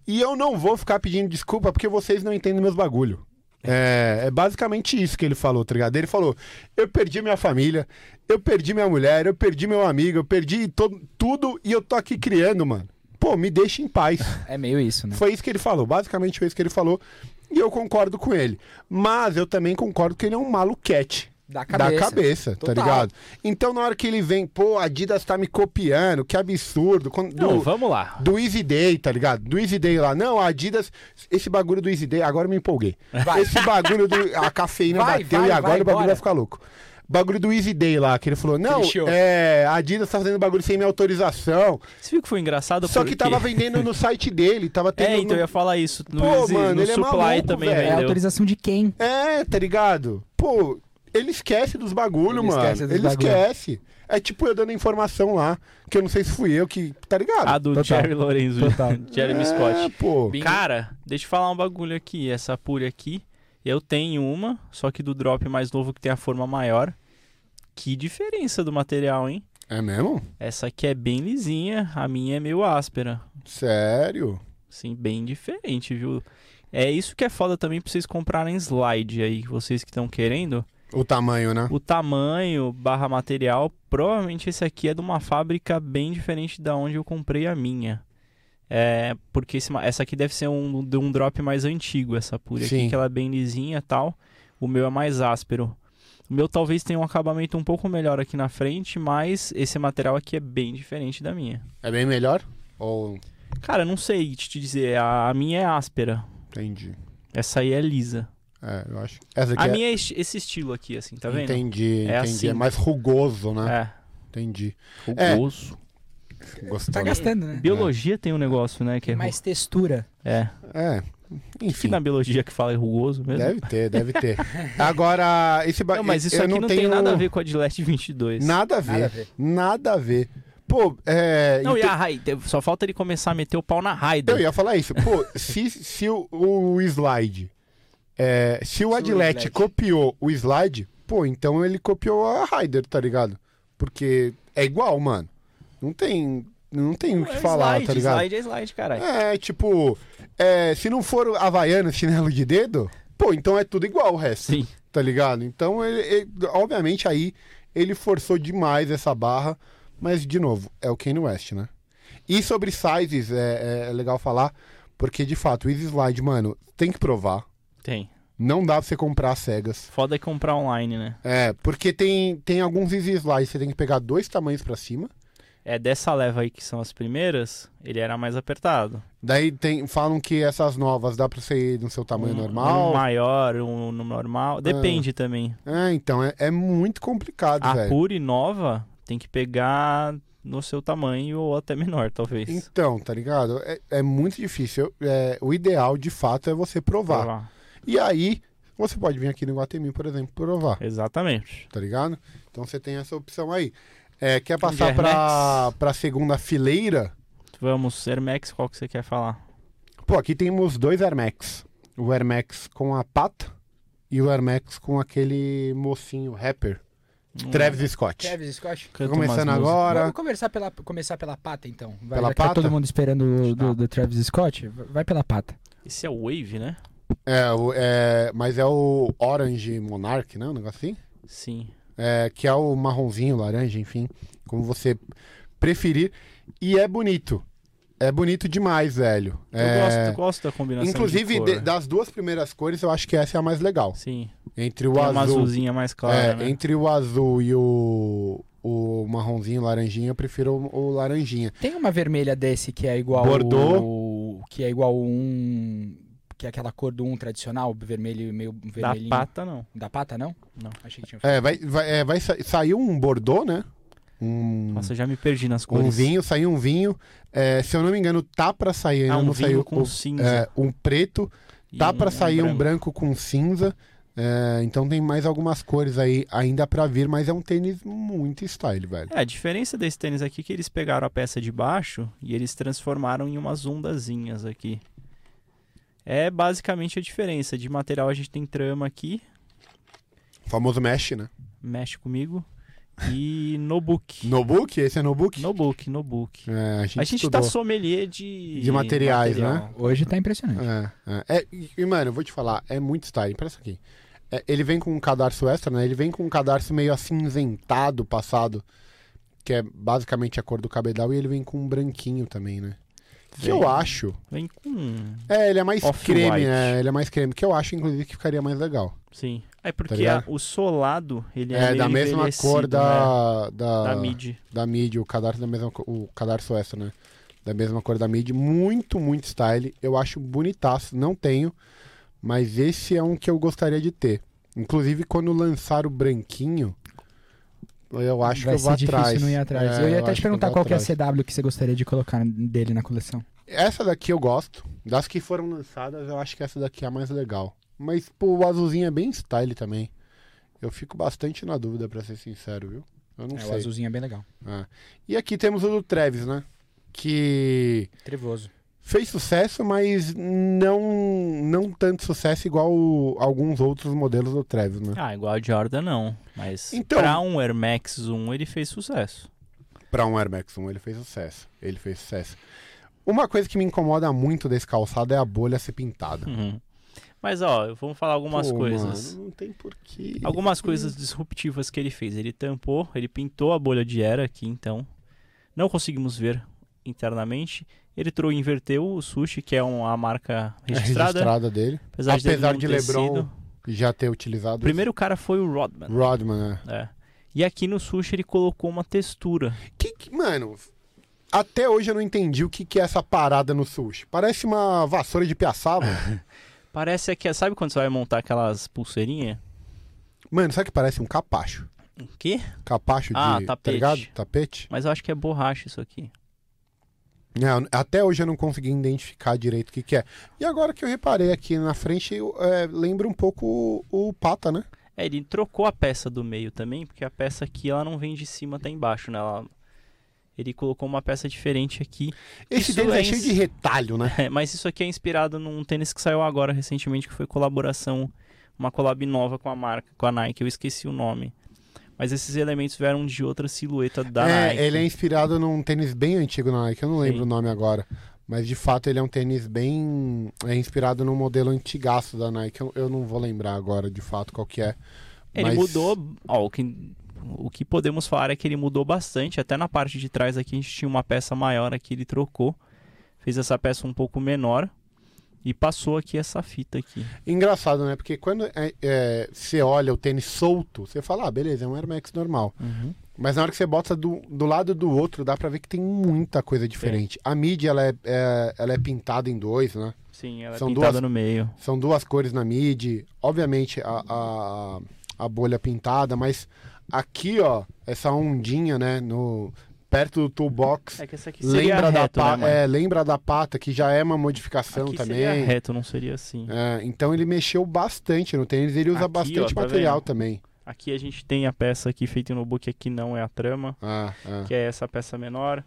[SPEAKER 2] e eu não vou ficar pedindo desculpa porque vocês não entendem meus bagulho. É, é basicamente isso que ele falou, tá ligado? Ele falou: eu perdi minha família, eu perdi minha mulher, eu perdi meu amigo, eu perdi to- tudo e eu tô aqui criando, mano. Pô, me deixa em paz.
[SPEAKER 3] É meio isso, né?
[SPEAKER 2] Foi isso que ele falou, basicamente foi isso que ele falou. E eu concordo com ele. Mas eu também concordo que ele é um maluquete.
[SPEAKER 3] Da cabeça.
[SPEAKER 2] Da cabeça,
[SPEAKER 3] Total.
[SPEAKER 2] tá ligado? Então na hora que ele vem, pô, a Adidas tá me copiando, que absurdo. Quando-
[SPEAKER 1] Não,
[SPEAKER 2] do,
[SPEAKER 1] vamos lá.
[SPEAKER 2] do Easy Day, tá ligado? Do Easy Day lá. Não, a Adidas. Esse bagulho do Easy Day, agora eu me empolguei.
[SPEAKER 3] Vai.
[SPEAKER 2] Esse bagulho do. A cafeína
[SPEAKER 3] Vai,
[SPEAKER 2] bateu
[SPEAKER 3] vai,
[SPEAKER 2] e agora
[SPEAKER 3] vai,
[SPEAKER 2] o bagulho
[SPEAKER 3] bora.
[SPEAKER 2] vai ficar louco. Bagulho do Easy Day lá, que ele falou: Não,
[SPEAKER 3] show.
[SPEAKER 2] é, a Adidas tá fazendo bagulho sem minha autorização.
[SPEAKER 1] Você viu que foi engraçado?
[SPEAKER 2] Só
[SPEAKER 1] Porque-
[SPEAKER 2] que tava vendendo no site dele, tava tendo.
[SPEAKER 1] (laughs) É,
[SPEAKER 2] no-
[SPEAKER 1] então eu ia falar isso. No,
[SPEAKER 2] Pô,
[SPEAKER 1] Easy-
[SPEAKER 2] mano,
[SPEAKER 1] no
[SPEAKER 2] ele é
[SPEAKER 1] Supply
[SPEAKER 2] maluco,
[SPEAKER 1] também
[SPEAKER 2] velho.
[SPEAKER 3] É a
[SPEAKER 1] vendeu.
[SPEAKER 3] autorização de quem?
[SPEAKER 2] É, tá ligado? Pô, Ele esquece dos bagulho,
[SPEAKER 3] Ele
[SPEAKER 2] mano.
[SPEAKER 3] esquece dos
[SPEAKER 2] ele
[SPEAKER 3] bagulho.
[SPEAKER 2] esquece. É tipo eu dando informação lá, que eu não sei se fui eu que. Tá ligado?
[SPEAKER 1] A do
[SPEAKER 4] Total.
[SPEAKER 1] Jerry Lorenzo,
[SPEAKER 4] Total.
[SPEAKER 1] Jeremy
[SPEAKER 2] é,
[SPEAKER 1] Scott.
[SPEAKER 2] pô.
[SPEAKER 3] Bem-
[SPEAKER 1] Cara, deixa eu falar um bagulho aqui. Essa pulha aqui, eu tenho uma, só que do drop mais novo que tem a forma maior. Que diferença do material, hein?
[SPEAKER 2] É mesmo?
[SPEAKER 1] Essa aqui é bem lisinha, a minha é meio áspera.
[SPEAKER 2] Sério?
[SPEAKER 1] Assim, bem diferente, viu? É isso que é foda também pra vocês comprarem slide aí, vocês que estão querendo.
[SPEAKER 2] O tamanho, né?
[SPEAKER 1] O tamanho barra material, provavelmente esse aqui é de uma fábrica bem diferente da onde eu comprei a minha. É, porque esse ma- essa aqui deve ser um, de um drop mais antigo, essa pura
[SPEAKER 2] Sim.
[SPEAKER 1] aqui, que ela é bem lisinha e tal. O meu é mais áspero. O meu talvez tenha um acabamento um pouco melhor aqui na frente, mas esse material aqui é bem diferente da minha.
[SPEAKER 2] É bem melhor? Ou.
[SPEAKER 1] Cara, eu não sei te te dizer, a, a minha é áspera.
[SPEAKER 2] Entendi.
[SPEAKER 1] Essa aí é lisa.
[SPEAKER 2] É, eu acho. Essa aqui
[SPEAKER 1] A
[SPEAKER 2] é.
[SPEAKER 1] minha é es- esse estilo aqui, assim, tá vendo?
[SPEAKER 2] Entendi, entendi.
[SPEAKER 1] É assim.
[SPEAKER 2] É mais rugoso, né?
[SPEAKER 1] É.
[SPEAKER 2] Entendi. É.
[SPEAKER 1] Rugoso.
[SPEAKER 2] Gostoso.
[SPEAKER 3] (laughs) Tá gastando, né?
[SPEAKER 1] Biologia tem um negócio, né? Que é
[SPEAKER 3] Tem mais textura.
[SPEAKER 1] É.
[SPEAKER 2] É.
[SPEAKER 1] Que
[SPEAKER 2] Enfim.
[SPEAKER 1] na biologia que fala é rugoso mesmo.
[SPEAKER 2] Deve ter, deve ter. Agora, esse ba-
[SPEAKER 1] Não, mas isso
[SPEAKER 2] eu
[SPEAKER 1] aqui não, tem
[SPEAKER 2] tenho-
[SPEAKER 1] nada a ver com a Gillette 22.
[SPEAKER 2] Nada a
[SPEAKER 3] Nada a
[SPEAKER 2] ver.
[SPEAKER 3] ver.
[SPEAKER 2] Nada a ver. Pô, é.
[SPEAKER 1] Não, e
[SPEAKER 2] ente-
[SPEAKER 1] a Raider? Só falta ele começar a meter o pau na Raider.
[SPEAKER 2] Eu ia falar isso. Pô, se, se o, o slide. é, se o
[SPEAKER 3] o
[SPEAKER 2] Adlet
[SPEAKER 3] Adlet.
[SPEAKER 2] copiou o slide, pô, então ele copiou a Raider, tá ligado? Porque é igual, mano. Não tem. Não tem o que
[SPEAKER 1] É
[SPEAKER 2] falar,
[SPEAKER 1] slide,
[SPEAKER 2] tá ligado?
[SPEAKER 1] Slide é slide, caralho.
[SPEAKER 2] É, tipo, é, se não for Havaiana, chinelo de dedo, pô, então é tudo igual o resto,
[SPEAKER 1] Sim.
[SPEAKER 2] tá ligado? Então, ele, ele- obviamente, aí ele forçou demais essa barra, mas, de novo, é o Kanye West, né? E sobre sizes, é, é- é legal falar, porque, de fato, o Easy Slide, mano, tem que provar.
[SPEAKER 1] Tem.
[SPEAKER 2] Não dá pra você comprar às cegas.
[SPEAKER 1] Foda é comprar online, né?
[SPEAKER 2] É, porque tem, tem alguns Easy Slides, você tem que pegar dois tamanhos pra cima.
[SPEAKER 1] É dessa leva aí que são as primeiras, ele era mais apertado.
[SPEAKER 2] Daí tem, falam que essas novas dá pra você ir no seu tamanho
[SPEAKER 1] um,
[SPEAKER 2] normal. Ah.
[SPEAKER 1] Um maior, um no normal. Depende também.
[SPEAKER 2] É, então, é, é muito complicado,
[SPEAKER 1] A
[SPEAKER 2] velho.
[SPEAKER 1] pura e nova tem que pegar no seu tamanho ou até menor, talvez.
[SPEAKER 2] Então, tá ligado? É, é muito difícil. Eu- é, o ideal, de fato, é você provar.
[SPEAKER 1] Provar.
[SPEAKER 2] E aí, você pode vir aqui no Guatemi, por exemplo, provar,
[SPEAKER 1] Exatamente.
[SPEAKER 2] tá ligado? Então você tem essa opção aí. É, quer passar
[SPEAKER 1] Air
[SPEAKER 2] pra,
[SPEAKER 1] Max.
[SPEAKER 2] pra segunda fileira?
[SPEAKER 1] Vamos, Hermex, qual que você quer falar?
[SPEAKER 2] Pô, aqui temos dois Air Max. O Air Max com a pata e o Air Max com aquele mocinho rapper,
[SPEAKER 1] Hum,
[SPEAKER 2] Travis Scott.
[SPEAKER 3] Travis Scott.
[SPEAKER 1] canta umas
[SPEAKER 2] Começando
[SPEAKER 1] músicas.
[SPEAKER 2] agora.
[SPEAKER 3] Vamos conversar pela, começar pela pata, então. Vai,
[SPEAKER 2] Pela
[SPEAKER 3] já que tá
[SPEAKER 2] pata?
[SPEAKER 3] todo mundo esperando o-
[SPEAKER 1] Tá.
[SPEAKER 3] do, do Travis Scott. Vai pela pata.
[SPEAKER 1] Esse é o Wave, né?
[SPEAKER 2] É, o- é, mas é o Orange Monarch, né? Um negócio assim?
[SPEAKER 1] Sim.
[SPEAKER 2] é, que é o marronzinho, laranja, enfim, como você preferir. E é bonito. É bonito demais, velho.
[SPEAKER 1] Eu
[SPEAKER 2] É,
[SPEAKER 1] gosto, eu gosto da combinação.
[SPEAKER 2] Inclusive,
[SPEAKER 1] de cor.
[SPEAKER 2] de- das duas primeiras cores, eu acho que essa é a mais legal.
[SPEAKER 1] Sim.
[SPEAKER 2] Entre o
[SPEAKER 1] Tem uma
[SPEAKER 2] azul.
[SPEAKER 1] azulzinha mais clara,
[SPEAKER 2] é,
[SPEAKER 1] né?
[SPEAKER 2] Entre o azul e o, o marronzinho, laranjinha, eu prefiro o, o laranjinha.
[SPEAKER 3] Tem uma vermelha desse que é igual.
[SPEAKER 2] Bordeaux.
[SPEAKER 3] O, que é igual um. Que é aquela cor do um tradicional, vermelho e meio
[SPEAKER 1] Da
[SPEAKER 3] vermelhinho.
[SPEAKER 1] pata, não.
[SPEAKER 3] Da pata, não?
[SPEAKER 1] Não.
[SPEAKER 3] Achei que tinha.
[SPEAKER 2] É, vai, vai, é, vai sa- saiu um Bordeaux, né? Um,
[SPEAKER 1] Nossa, eu já me perdi nas cores.
[SPEAKER 2] um vinho, saiu um vinho. É, se eu não me engano, tá pra sair ainda.
[SPEAKER 1] Ah, um
[SPEAKER 2] não
[SPEAKER 1] vinho
[SPEAKER 2] saiu
[SPEAKER 1] com
[SPEAKER 2] o-
[SPEAKER 1] cinza.
[SPEAKER 2] é, um preto.
[SPEAKER 1] e é
[SPEAKER 2] Tá pra sair um
[SPEAKER 1] branco.
[SPEAKER 2] branco com cinza. é, então tem mais algumas cores aí ainda pra vir, mas é um tênis muito style, velho.
[SPEAKER 1] É, a diferença desse tênis aqui é que eles pegaram a peça de baixo e eles transformaram em umas ondazinhas aqui. É basicamente a diferença. De material a gente tem trama aqui,
[SPEAKER 2] O famoso mesh, né?
[SPEAKER 1] mexe comigo, (laughs) e notebook.
[SPEAKER 2] Nobook? Esse é nobook?
[SPEAKER 1] Notebook, notebook.
[SPEAKER 2] É, a gente,
[SPEAKER 1] A gente tá
[SPEAKER 2] estudou.
[SPEAKER 1] sommelier de...
[SPEAKER 2] De materiais, né?
[SPEAKER 1] material.
[SPEAKER 3] Hoje tá impressionante.
[SPEAKER 2] É, é. É, e, e, mano, eu vou te falar, é muito style. Presta aqui. É, ele vem com um cadarço extra, né? Ele vem com um cadarço meio acinzentado, passado, que é basicamente a cor do cabedal, e ele vem com um branquinho também, né? Que eu
[SPEAKER 1] Vem-
[SPEAKER 2] acho.
[SPEAKER 1] Vem com...
[SPEAKER 2] É, ele é mais
[SPEAKER 1] Off-white.
[SPEAKER 2] creme, é, ele é mais creme, que eu acho, inclusive, que ficaria mais legal.
[SPEAKER 1] Sim. É porque a-
[SPEAKER 2] ligado?
[SPEAKER 1] o solado, ele é,
[SPEAKER 2] É,
[SPEAKER 1] meio
[SPEAKER 2] da mesma cor
[SPEAKER 1] envelhecido, né?
[SPEAKER 2] da,
[SPEAKER 3] é.
[SPEAKER 2] da,
[SPEAKER 1] da mid.
[SPEAKER 2] da mid, o cadarço da mesma co- o cadarço extra, né? Da mesma cor da mid, muito, muito style. Eu acho bonitaço, não tenho, mas esse é um que eu gostaria de ter. Inclusive quando lançar o branquinho, eu acho
[SPEAKER 3] Vai
[SPEAKER 2] que eu
[SPEAKER 3] ser
[SPEAKER 2] vou
[SPEAKER 3] difícil
[SPEAKER 2] atrás.
[SPEAKER 3] não ir atrás.
[SPEAKER 2] É,
[SPEAKER 3] eu ia
[SPEAKER 2] acho
[SPEAKER 3] até te
[SPEAKER 2] que eu
[SPEAKER 3] perguntar
[SPEAKER 2] vou
[SPEAKER 3] qual que é a
[SPEAKER 2] atrás.
[SPEAKER 3] CW que você gostaria de colocar dele na coleção.
[SPEAKER 2] Essa daqui eu gosto. Das que foram lançadas, eu acho que essa daqui é a mais legal. Mas, pô, o azulzinho é bem style também. Eu fico bastante na dúvida, pra ser sincero, viu? Eu não
[SPEAKER 3] é, o
[SPEAKER 2] sei.
[SPEAKER 3] azulzinho é bem legal.
[SPEAKER 2] É. E aqui temos o do Travis, né? Que
[SPEAKER 3] Trevoso.
[SPEAKER 2] fez sucesso, mas não, não tanto sucesso igual o- alguns outros modelos do Travis, né?
[SPEAKER 1] Ah, igual a Jordan não. Mas
[SPEAKER 2] Então-
[SPEAKER 1] pra um Air Max 1 ele fez sucesso.
[SPEAKER 2] Pra um Air Max 1 ele fez sucesso. Ele fez sucesso. Uma coisa que me incomoda muito desse calçado é a bolha ser pintada.
[SPEAKER 1] Uhum. Mas ó, vamos falar algumas
[SPEAKER 2] Pô,
[SPEAKER 1] coisas.
[SPEAKER 2] mano, não tem porquê.
[SPEAKER 1] Algumas coisas disruptivas que ele fez. Ele tampou, ele pintou a bolha de era aqui, então. Não conseguimos ver internamente. Ele trou, inverteu o sushi, que é uma marca
[SPEAKER 2] É
[SPEAKER 1] registrada.
[SPEAKER 2] registrada dele.
[SPEAKER 1] Apesar, dele
[SPEAKER 2] Apesar
[SPEAKER 1] não
[SPEAKER 2] de
[SPEAKER 1] ter
[SPEAKER 2] LeBron
[SPEAKER 1] sido.
[SPEAKER 2] Já ter utilizado.
[SPEAKER 1] O primeiro cara foi o Rodman.
[SPEAKER 2] Rodman, né?
[SPEAKER 1] É. E aqui no sushi ele colocou uma textura.
[SPEAKER 2] Que, que- mano, até hoje eu não entendi o que, que é essa parada no sushi. Parece uma vassoura de piaçaba.
[SPEAKER 1] Parece que. é, Sabe quando você vai montar aquelas pulseirinhas?
[SPEAKER 2] mano, sabe que parece um capacho?
[SPEAKER 1] O quê?
[SPEAKER 2] Capacho de.
[SPEAKER 1] Ah,
[SPEAKER 2] Tá
[SPEAKER 1] tapete.
[SPEAKER 2] ligado? Tapete?
[SPEAKER 1] Mas eu acho que é borracha isso aqui.
[SPEAKER 2] Não, até hoje eu não consegui identificar direito o que, que é. E agora que eu reparei aqui na frente, eu, é, lembra um pouco o, o pata, né?
[SPEAKER 1] É, ele trocou a peça do meio também, porque a peça aqui ela não vem de cima até embaixo, né? Ela- Ele colocou uma peça diferente aqui. (laughs)
[SPEAKER 2] Esse
[SPEAKER 1] Isso
[SPEAKER 2] tênis
[SPEAKER 1] é
[SPEAKER 2] é cheio
[SPEAKER 1] ins-
[SPEAKER 2] de retalho, né?
[SPEAKER 1] É, mas isso aqui é inspirado num tênis que saiu agora recentemente, que foi colaboração, uma collab nova com a marca, com a Nike. Eu esqueci o nome. Mas esses elementos vieram de outra silhueta da
[SPEAKER 2] é,
[SPEAKER 1] Nike.
[SPEAKER 2] ele é inspirado num tênis bem antigo na Nike, eu não lembro
[SPEAKER 1] Sim.
[SPEAKER 2] o nome agora. Mas de fato ele é um tênis bem. É inspirado num modelo antigaço da Nike. Eu, eu não vou lembrar agora de fato qual que é.
[SPEAKER 1] Ele
[SPEAKER 2] mas-
[SPEAKER 1] mudou. ó, o, que, o que podemos falar é que ele mudou bastante. Até na parte de trás aqui a gente tinha uma peça maior aqui, ele trocou. Fez essa peça um pouco menor. E passou aqui essa fita aqui.
[SPEAKER 2] Engraçado, né? Porque quando é, é, você olha o tênis solto, você fala, ah, beleza, é um Air Max normal. Mas na hora que você bota do, do lado do outro, dá pra ver que tem muita coisa diferente. A mídia, ela é, é- ela é pintada em dois, né?
[SPEAKER 1] Sim, ela
[SPEAKER 2] São
[SPEAKER 1] é pintada
[SPEAKER 2] duas-
[SPEAKER 1] no meio.
[SPEAKER 2] São duas cores na mid, obviamente a, a, a bolha pintada, mas aqui, ó, essa ondinha, né, no, perto do toolbox,
[SPEAKER 1] É que essa aqui seria
[SPEAKER 2] lembra, da
[SPEAKER 1] reto,
[SPEAKER 2] pa-
[SPEAKER 1] né, mano?
[SPEAKER 2] é, lembra da pata, que já é uma modificação
[SPEAKER 1] aqui seria
[SPEAKER 2] também.
[SPEAKER 1] reto, não seria assim.
[SPEAKER 2] É, então ele mexeu bastante no tênis, ele usa
[SPEAKER 1] Aqui, ó,
[SPEAKER 2] bastante
[SPEAKER 1] tá
[SPEAKER 2] material
[SPEAKER 1] vendo?
[SPEAKER 2] também.
[SPEAKER 1] Aqui a gente tem a peça aqui feita no book, aqui não é a trama,
[SPEAKER 2] Ah, ah.
[SPEAKER 1] que é essa peça menor.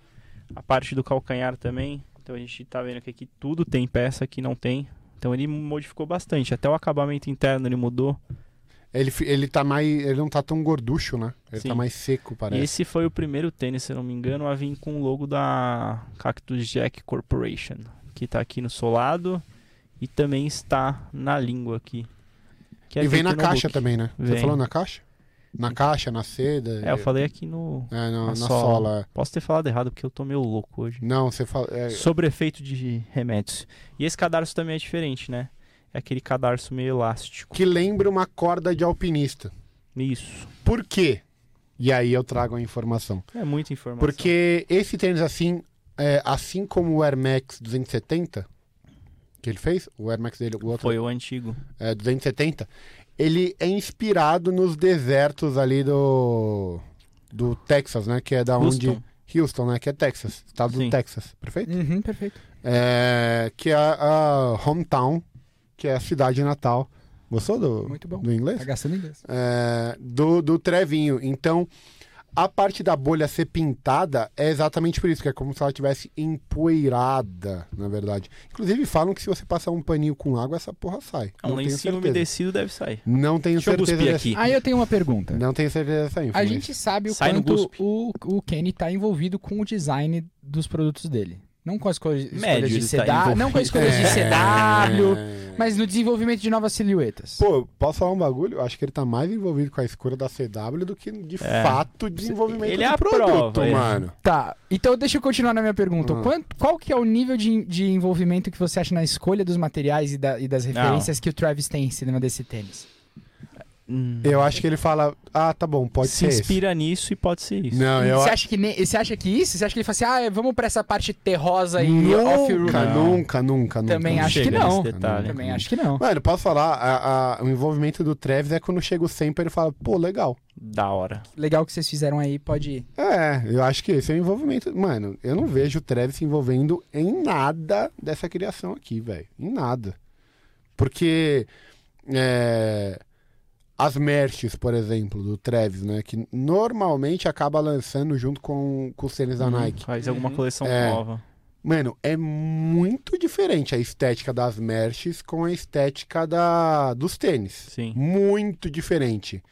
[SPEAKER 1] A parte do calcanhar também. Então a gente tá vendo que aqui tudo tem peça, aqui não tem. Então ele modificou bastante. Até o acabamento interno ele mudou.
[SPEAKER 2] Ele, fi- ele tá mais. Ele não tá tão gorducho, né? Ele
[SPEAKER 1] Sim.
[SPEAKER 2] tá mais seco,
[SPEAKER 1] E
[SPEAKER 2] parece.
[SPEAKER 1] esse foi o primeiro tênis, se eu não me engano, a vir com o logo da Cactus Jack Corporation, que tá aqui no solado e também está na língua aqui. que é
[SPEAKER 2] e vem
[SPEAKER 1] feito
[SPEAKER 2] na
[SPEAKER 1] no
[SPEAKER 2] caixa
[SPEAKER 1] book.
[SPEAKER 2] também, né? Você
[SPEAKER 1] Vem.
[SPEAKER 2] falou na caixa? Na caixa, na seda.
[SPEAKER 1] É, eu falei aqui no.
[SPEAKER 2] É, na,
[SPEAKER 1] na
[SPEAKER 2] na
[SPEAKER 1] sola.
[SPEAKER 2] sola. é.
[SPEAKER 1] Posso ter falado errado porque eu tô meio louco hoje.
[SPEAKER 2] Não, você fala. é,
[SPEAKER 1] Sobre efeito de remédios. E esse cadarço também é diferente, né? É aquele cadarço meio elástico.
[SPEAKER 2] que lembra uma corda de alpinista.
[SPEAKER 1] Isso.
[SPEAKER 2] Por quê? E aí eu trago a informação.
[SPEAKER 1] É muita informação.
[SPEAKER 2] Porque esse tênis assim, é, assim como o Air Max 270 que ele fez, o Air Max dele, o outro
[SPEAKER 1] Foi o antigo.
[SPEAKER 2] é, 270, ele é inspirado nos desertos ali do do Texas, né? Que é da
[SPEAKER 1] Houston.
[SPEAKER 2] onde Houston, né? Que é Texas, estado
[SPEAKER 1] Sim.
[SPEAKER 2] do Texas, perfeito?
[SPEAKER 3] Uhum, perfeito.
[SPEAKER 2] É, que é a hometown, que é a cidade natal. Gostou do
[SPEAKER 3] Muito bom.
[SPEAKER 2] do inglês?
[SPEAKER 3] Tá gastando inglês.
[SPEAKER 2] é, do, do Trevinho. Então, a parte da bolha ser pintada é exatamente por isso, que é como se ela tivesse empoeirada, na verdade. Inclusive, falam que se você passar um paninho com água, essa porra sai.
[SPEAKER 1] É um
[SPEAKER 2] não tenho
[SPEAKER 1] lencinho
[SPEAKER 2] certeza.
[SPEAKER 1] umedecido deve sair.
[SPEAKER 2] Não tenho
[SPEAKER 1] Deixa eu
[SPEAKER 2] certeza
[SPEAKER 1] cuspir
[SPEAKER 2] dessa-
[SPEAKER 1] aqui.
[SPEAKER 3] Aí eu tenho uma pergunta.
[SPEAKER 2] Não tenho certeza dessa info,
[SPEAKER 3] A
[SPEAKER 2] mas-
[SPEAKER 3] gente sabe o
[SPEAKER 1] Sai no
[SPEAKER 3] quanto
[SPEAKER 1] guspe.
[SPEAKER 3] o, o Kenny tá envolvido com o design dos produtos dele. Não com as coisas
[SPEAKER 1] Médio,
[SPEAKER 3] escolhas de
[SPEAKER 1] ele tá
[SPEAKER 3] CW, não com as escolhas de CW,
[SPEAKER 2] É.
[SPEAKER 3] mas no desenvolvimento de novas silhuetas.
[SPEAKER 2] Pô, posso falar um bagulho? Eu Acho que ele tá mais envolvido com a escolha da CW do que de
[SPEAKER 1] É.
[SPEAKER 2] fato desenvolvimento
[SPEAKER 1] Ele
[SPEAKER 2] do
[SPEAKER 1] é a
[SPEAKER 2] produto,
[SPEAKER 1] prova, ele-
[SPEAKER 2] mano.
[SPEAKER 3] Tá, então deixa eu continuar na minha pergunta.
[SPEAKER 2] Ah.
[SPEAKER 3] Quanto- qual que é o nível de, de envolvimento que você acha na escolha dos materiais e, da- e das referências que o Travis tem em cima desse tênis?
[SPEAKER 1] Hum.
[SPEAKER 2] Eu acho que ele fala, ah, tá bom, é, pode
[SPEAKER 1] Se
[SPEAKER 2] ser esse.
[SPEAKER 1] inspira nisso e pode ser isso.
[SPEAKER 2] Não, eu
[SPEAKER 3] você, acha que ne- você acha que isso? Você acha que ele fala assim, ah, vamos pra essa parte terrosa e off-road?
[SPEAKER 2] Nunca,
[SPEAKER 1] Não.
[SPEAKER 2] nunca, nunca, nunca.
[SPEAKER 3] Também acho que
[SPEAKER 1] chega
[SPEAKER 3] não.
[SPEAKER 1] nesse detalhe.
[SPEAKER 3] Também acho que não.
[SPEAKER 2] Mano, posso falar, a- a- o envolvimento do Travis é quando chega o Semper ele fala, pô, legal.
[SPEAKER 1] Da hora.
[SPEAKER 3] Legal que vocês fizeram aí, pode ir.
[SPEAKER 2] É, eu acho que esse é o envolvimento. Mano, eu não vejo o Travis se envolvendo em nada dessa criação aqui, velho. Em nada. Porque é, as merches, por exemplo, do Travis, né? Que normalmente acaba lançando junto com, com os tênis da Nike.
[SPEAKER 1] Hum. Faz alguma
[SPEAKER 4] Uhum.
[SPEAKER 1] coleção
[SPEAKER 2] É.
[SPEAKER 1] nova.
[SPEAKER 2] Mano, é muito diferente a estética das merches com a estética da, dos tênis.
[SPEAKER 1] Sim.
[SPEAKER 2] Muito diferente.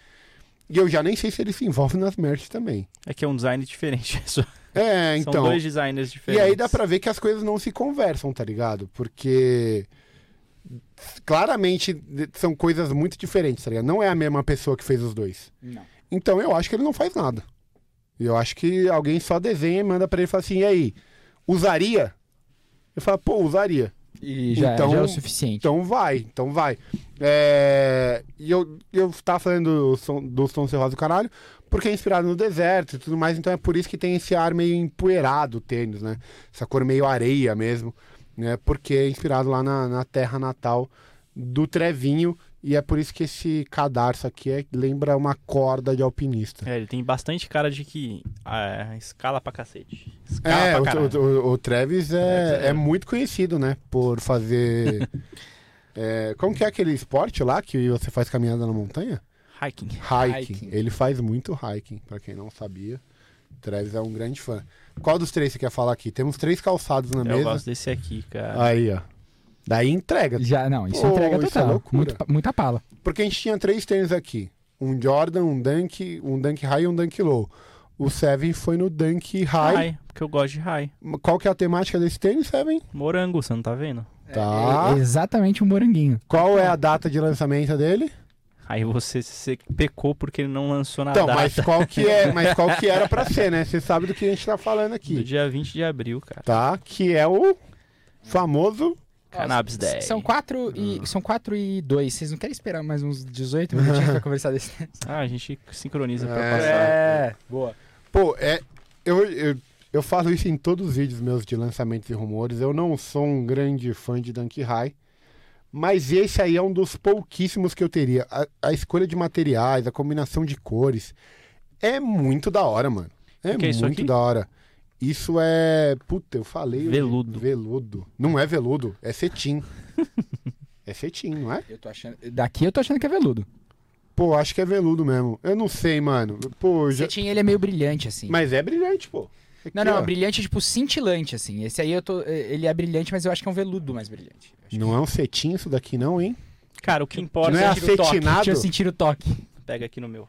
[SPEAKER 2] E eu já nem sei se ele se envolve nas merch também.
[SPEAKER 1] É que é um design diferente. (laughs) só-
[SPEAKER 2] É,
[SPEAKER 1] São
[SPEAKER 2] então.
[SPEAKER 1] dois designers
[SPEAKER 2] E
[SPEAKER 1] diferentes.
[SPEAKER 2] aí dá pra ver que as coisas não se conversam, tá ligado? Porque claramente de- são coisas muito diferentes, tá ligado? Não é a mesma pessoa que fez os dois.
[SPEAKER 3] Não.
[SPEAKER 2] Então eu acho que ele não faz nada. Eu acho que alguém só desenha e manda pra ele e fala assim, e aí, usaria? Eu falo, pô, usaria.
[SPEAKER 3] E já,
[SPEAKER 2] Então-
[SPEAKER 3] já é o suficiente.
[SPEAKER 2] Então vai, então vai. É, E eu, eu tava falando do som, do som Serrosa do Caralho, porque é inspirado no deserto e tudo mais, então é por isso que tem esse ar meio empoeirado o tênis, né? Essa cor meio areia mesmo, né? Porque é inspirado lá na, na terra natal do Trevinho, e é por isso que esse cadarço aqui é- lembra uma corda de alpinista.
[SPEAKER 1] É, ele tem bastante cara de que ah, escala pra cacete. Escala
[SPEAKER 2] É,
[SPEAKER 1] pra
[SPEAKER 2] o,
[SPEAKER 1] caralho.
[SPEAKER 2] o- o- o Travis
[SPEAKER 1] Travis
[SPEAKER 2] é,
[SPEAKER 1] é-
[SPEAKER 2] é muito conhecido, né? Por
[SPEAKER 1] (laughs)
[SPEAKER 2] fazer. é, como que é aquele esporte lá que você faz caminhada na montanha?
[SPEAKER 1] Hiking.
[SPEAKER 2] Hiking.
[SPEAKER 3] Hiking.
[SPEAKER 2] Ele faz muito hiking, pra quem não sabia. Travis é um grande fã. Qual dos três você quer falar aqui? Temos três calçados na
[SPEAKER 1] Eu
[SPEAKER 2] mesa.
[SPEAKER 1] gosto desse aqui, cara.
[SPEAKER 2] Aí, ó. Daí entrega.
[SPEAKER 3] Já, não, isso
[SPEAKER 2] Pô,
[SPEAKER 3] entrega
[SPEAKER 2] isso é
[SPEAKER 3] total.
[SPEAKER 2] loucura.
[SPEAKER 3] Muito pa- muita pala.
[SPEAKER 2] Porque a gente tinha três tênis aqui. Um Jordan, um Dunk, um Dunk High e um Dunk Low. O Seven foi no Dunk High.
[SPEAKER 1] High, porque eu gosto de high.
[SPEAKER 2] Qual que é a temática desse tênis, Seven?
[SPEAKER 1] Morango, você não tá vendo?
[SPEAKER 2] Tá.
[SPEAKER 3] É exatamente um moranguinho.
[SPEAKER 2] Qual é a data de lançamento dele?
[SPEAKER 1] Aí você, você pecou porque ele não lançou na
[SPEAKER 2] Então,
[SPEAKER 1] data
[SPEAKER 2] mas qual que é, mas qual que era pra ser, né? Você sabe do que a gente tá falando
[SPEAKER 1] do
[SPEAKER 2] aqui,
[SPEAKER 1] dia 20 de abril, cara.
[SPEAKER 2] tá? Que é o famoso
[SPEAKER 1] Cannabis
[SPEAKER 3] S-
[SPEAKER 1] 10.
[SPEAKER 3] São 4
[SPEAKER 2] Ah.
[SPEAKER 3] e são quatro e 2. Vocês não querem esperar mais uns 18
[SPEAKER 2] (laughs)
[SPEAKER 3] minutinhos pra conversar desse tema?
[SPEAKER 1] Ah, a gente sincroniza pra
[SPEAKER 2] É.
[SPEAKER 1] passar.
[SPEAKER 3] (laughs) boa.
[SPEAKER 2] Pô, é. Eu, eu, eu falo isso em todos os vídeos meus de lançamentos e rumores. Eu não sou um grande fã de Dunk High. Mas esse aí é um dos pouquíssimos que eu teria. A, a escolha de materiais, a combinação de cores. É muito da hora, mano. É
[SPEAKER 1] O que é isso
[SPEAKER 2] muito
[SPEAKER 1] aqui?
[SPEAKER 2] da hora. Isso é. Puta, eu falei. eu-
[SPEAKER 1] Veludo.
[SPEAKER 2] Veludo. Não é veludo, é
[SPEAKER 1] (laughs)
[SPEAKER 2] cetim. é cetim, não é?
[SPEAKER 3] Eu tô achando, daqui eu tô achando que é veludo.
[SPEAKER 2] Pô, acho que é veludo mesmo. Eu não sei, mano. Pô, eu
[SPEAKER 3] O
[SPEAKER 2] já...
[SPEAKER 3] cetim ele é meio brilhante assim.
[SPEAKER 2] Mas é brilhante, pô.
[SPEAKER 3] não,
[SPEAKER 2] Aqui,
[SPEAKER 3] não,
[SPEAKER 2] ó.
[SPEAKER 3] é brilhante tipo cintilante assim. Esse aí eu tô ele é brilhante, mas eu acho que é um veludo mais brilhante. Acho que-
[SPEAKER 2] Não é um cetim isso daqui, não, hein?
[SPEAKER 1] Cara, o que importa
[SPEAKER 2] Não é
[SPEAKER 1] é...
[SPEAKER 3] Sentir o toque.
[SPEAKER 2] acetinado?
[SPEAKER 3] Deixa eu sentir o toque.
[SPEAKER 1] Pega aqui no meu.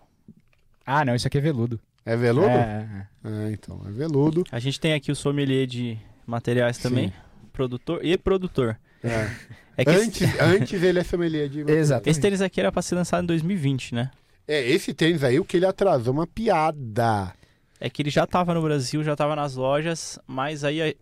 [SPEAKER 3] Ah, não, isso aqui é veludo.
[SPEAKER 2] É veludo?
[SPEAKER 3] É,
[SPEAKER 2] Ah, então, é veludo.
[SPEAKER 1] A gente tem aqui o sommelier de materiais também. Produtor e produtor.
[SPEAKER 2] É.
[SPEAKER 1] É que esse,
[SPEAKER 2] Antes, antes ele é sommelier de...
[SPEAKER 3] é. Exato.
[SPEAKER 1] esse tênis aqui era pra ser lançado em 2020, né?
[SPEAKER 2] É, esse tênis aí, o que ele atrasou, uma piada.
[SPEAKER 1] É que ele já tava no Brasil, já tava nas lojas, mas aí a,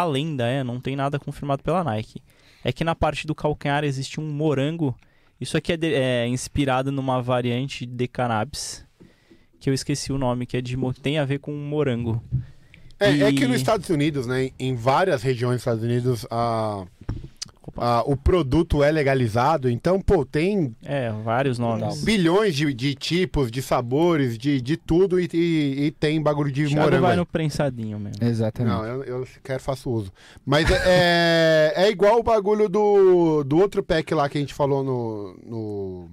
[SPEAKER 1] a lenda é, não tem nada confirmado pela Nike. É que na parte do calcanhar existe um morango. Isso aqui é, de- é inspirado numa variante de cannabis, que eu esqueci o nome, que é de mo- tem a ver com morango.
[SPEAKER 2] É, é
[SPEAKER 1] E-
[SPEAKER 2] que nos Estados Unidos, né, em várias regiões dos Estados Unidos, a, a- o produto é legalizado. Então, pô, tem
[SPEAKER 1] É, vários nomes.
[SPEAKER 2] bilhões de, de tipos, de sabores, de, de tudo e, e- e tem bagulho de
[SPEAKER 1] Thiago
[SPEAKER 2] morango. É.
[SPEAKER 1] vai
[SPEAKER 2] aí.
[SPEAKER 1] no prensadinho mesmo.
[SPEAKER 3] Exatamente.
[SPEAKER 2] Não, eu, eu sequer faço uso. Mas é, é, é igual o bagulho do, do outro pack lá que a gente falou no, no,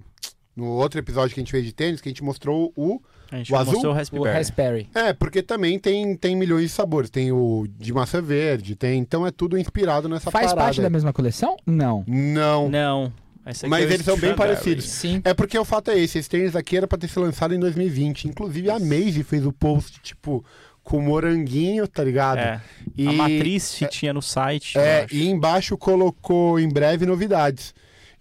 [SPEAKER 2] no outro episódio que a gente fez de tênis, que a gente mostrou o.
[SPEAKER 1] A gente
[SPEAKER 2] O azul?
[SPEAKER 1] mostrou o
[SPEAKER 3] O
[SPEAKER 1] Raspberry.
[SPEAKER 3] raspberry.
[SPEAKER 2] É, porque também tem, tem milhões de sabores. Tem o de maçã verde, tem. Então é tudo inspirado nessa
[SPEAKER 3] Faz
[SPEAKER 2] parada.
[SPEAKER 3] parte da mesma coleção? Não.
[SPEAKER 2] Não.
[SPEAKER 1] Não. esse aqui
[SPEAKER 2] Mas
[SPEAKER 1] é o
[SPEAKER 2] eles são bem
[SPEAKER 1] Strawberry.
[SPEAKER 2] parecidos.
[SPEAKER 3] Sim.
[SPEAKER 2] É porque o fato é esse, esse tênis aqui era pra ter sido lançado em 2020. Inclusive a Maze fez o post, tipo, com moranguinho, tá ligado?
[SPEAKER 1] É,
[SPEAKER 2] E-
[SPEAKER 1] A matriz que tinha no site. eu
[SPEAKER 2] É,
[SPEAKER 1] acho.
[SPEAKER 2] e embaixo colocou em breve novidades.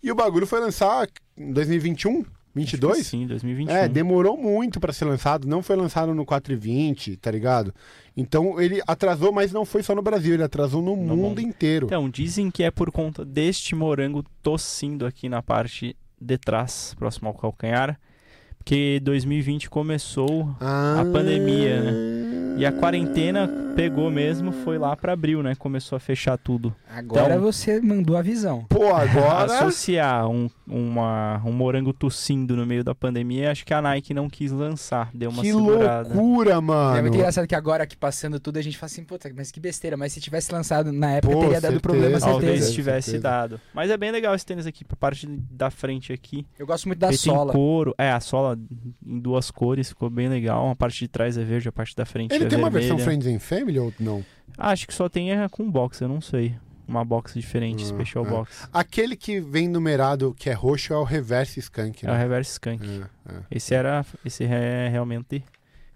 [SPEAKER 2] E o bagulho foi lançar em 2021, 22?
[SPEAKER 1] Sim, 2021.
[SPEAKER 2] É, demorou muito pra ser lançado, não foi lançado no 420, tá ligado? Então ele atrasou, mas não foi só no Brasil, ele atrasou no, mundo,
[SPEAKER 1] mundo.
[SPEAKER 2] inteiro.
[SPEAKER 1] Então, dizem que é por conta deste morango tossindo aqui na parte de trás, próximo ao calcanhar, porque 2020 começou
[SPEAKER 2] Ah,
[SPEAKER 1] a pandemia, né? E a quarentena pegou mesmo, foi lá pra abril, né? Começou a fechar tudo.
[SPEAKER 3] Agora
[SPEAKER 1] Então-
[SPEAKER 3] você mandou a visão.
[SPEAKER 2] Pô, agora.
[SPEAKER 1] Associar um, uma- um morango tossindo no meio da pandemia, acho que a Nike não quis lançar, deu uma
[SPEAKER 2] que
[SPEAKER 1] segurada.
[SPEAKER 2] loucura,
[SPEAKER 3] É
[SPEAKER 2] mano.
[SPEAKER 3] muito engraçado que agora que passando tudo, a gente fala assim, puta, mas que besteira. Mas se tivesse lançado na época,
[SPEAKER 2] Pô,
[SPEAKER 3] teria dado
[SPEAKER 2] certeza.
[SPEAKER 3] problema,
[SPEAKER 1] Talvez
[SPEAKER 3] certeza.
[SPEAKER 2] Certeza,
[SPEAKER 1] tivesse
[SPEAKER 2] certeza.
[SPEAKER 1] dado. Mas é bem legal esse tênis aqui, pra parte da frente aqui.
[SPEAKER 3] Eu gosto muito da
[SPEAKER 1] Feito em
[SPEAKER 3] sola.
[SPEAKER 1] couro. É, a sola em duas cores, ficou bem legal. A parte de trás é verde, a parte da frente
[SPEAKER 2] Ele
[SPEAKER 1] é
[SPEAKER 2] tem uma
[SPEAKER 1] vermelha.
[SPEAKER 2] versão Friends and Family ou não?
[SPEAKER 1] Ah, acho que só tem a com box, eu não sei. Uma box diferente,
[SPEAKER 2] Ah,
[SPEAKER 1] special
[SPEAKER 2] é.
[SPEAKER 1] box.
[SPEAKER 2] Aquele que vem numerado, que é roxo, é o Reverse Skunk,
[SPEAKER 1] É o
[SPEAKER 2] né?
[SPEAKER 1] reverse skunk.
[SPEAKER 2] É, é,
[SPEAKER 1] Esse era. Esse é realmente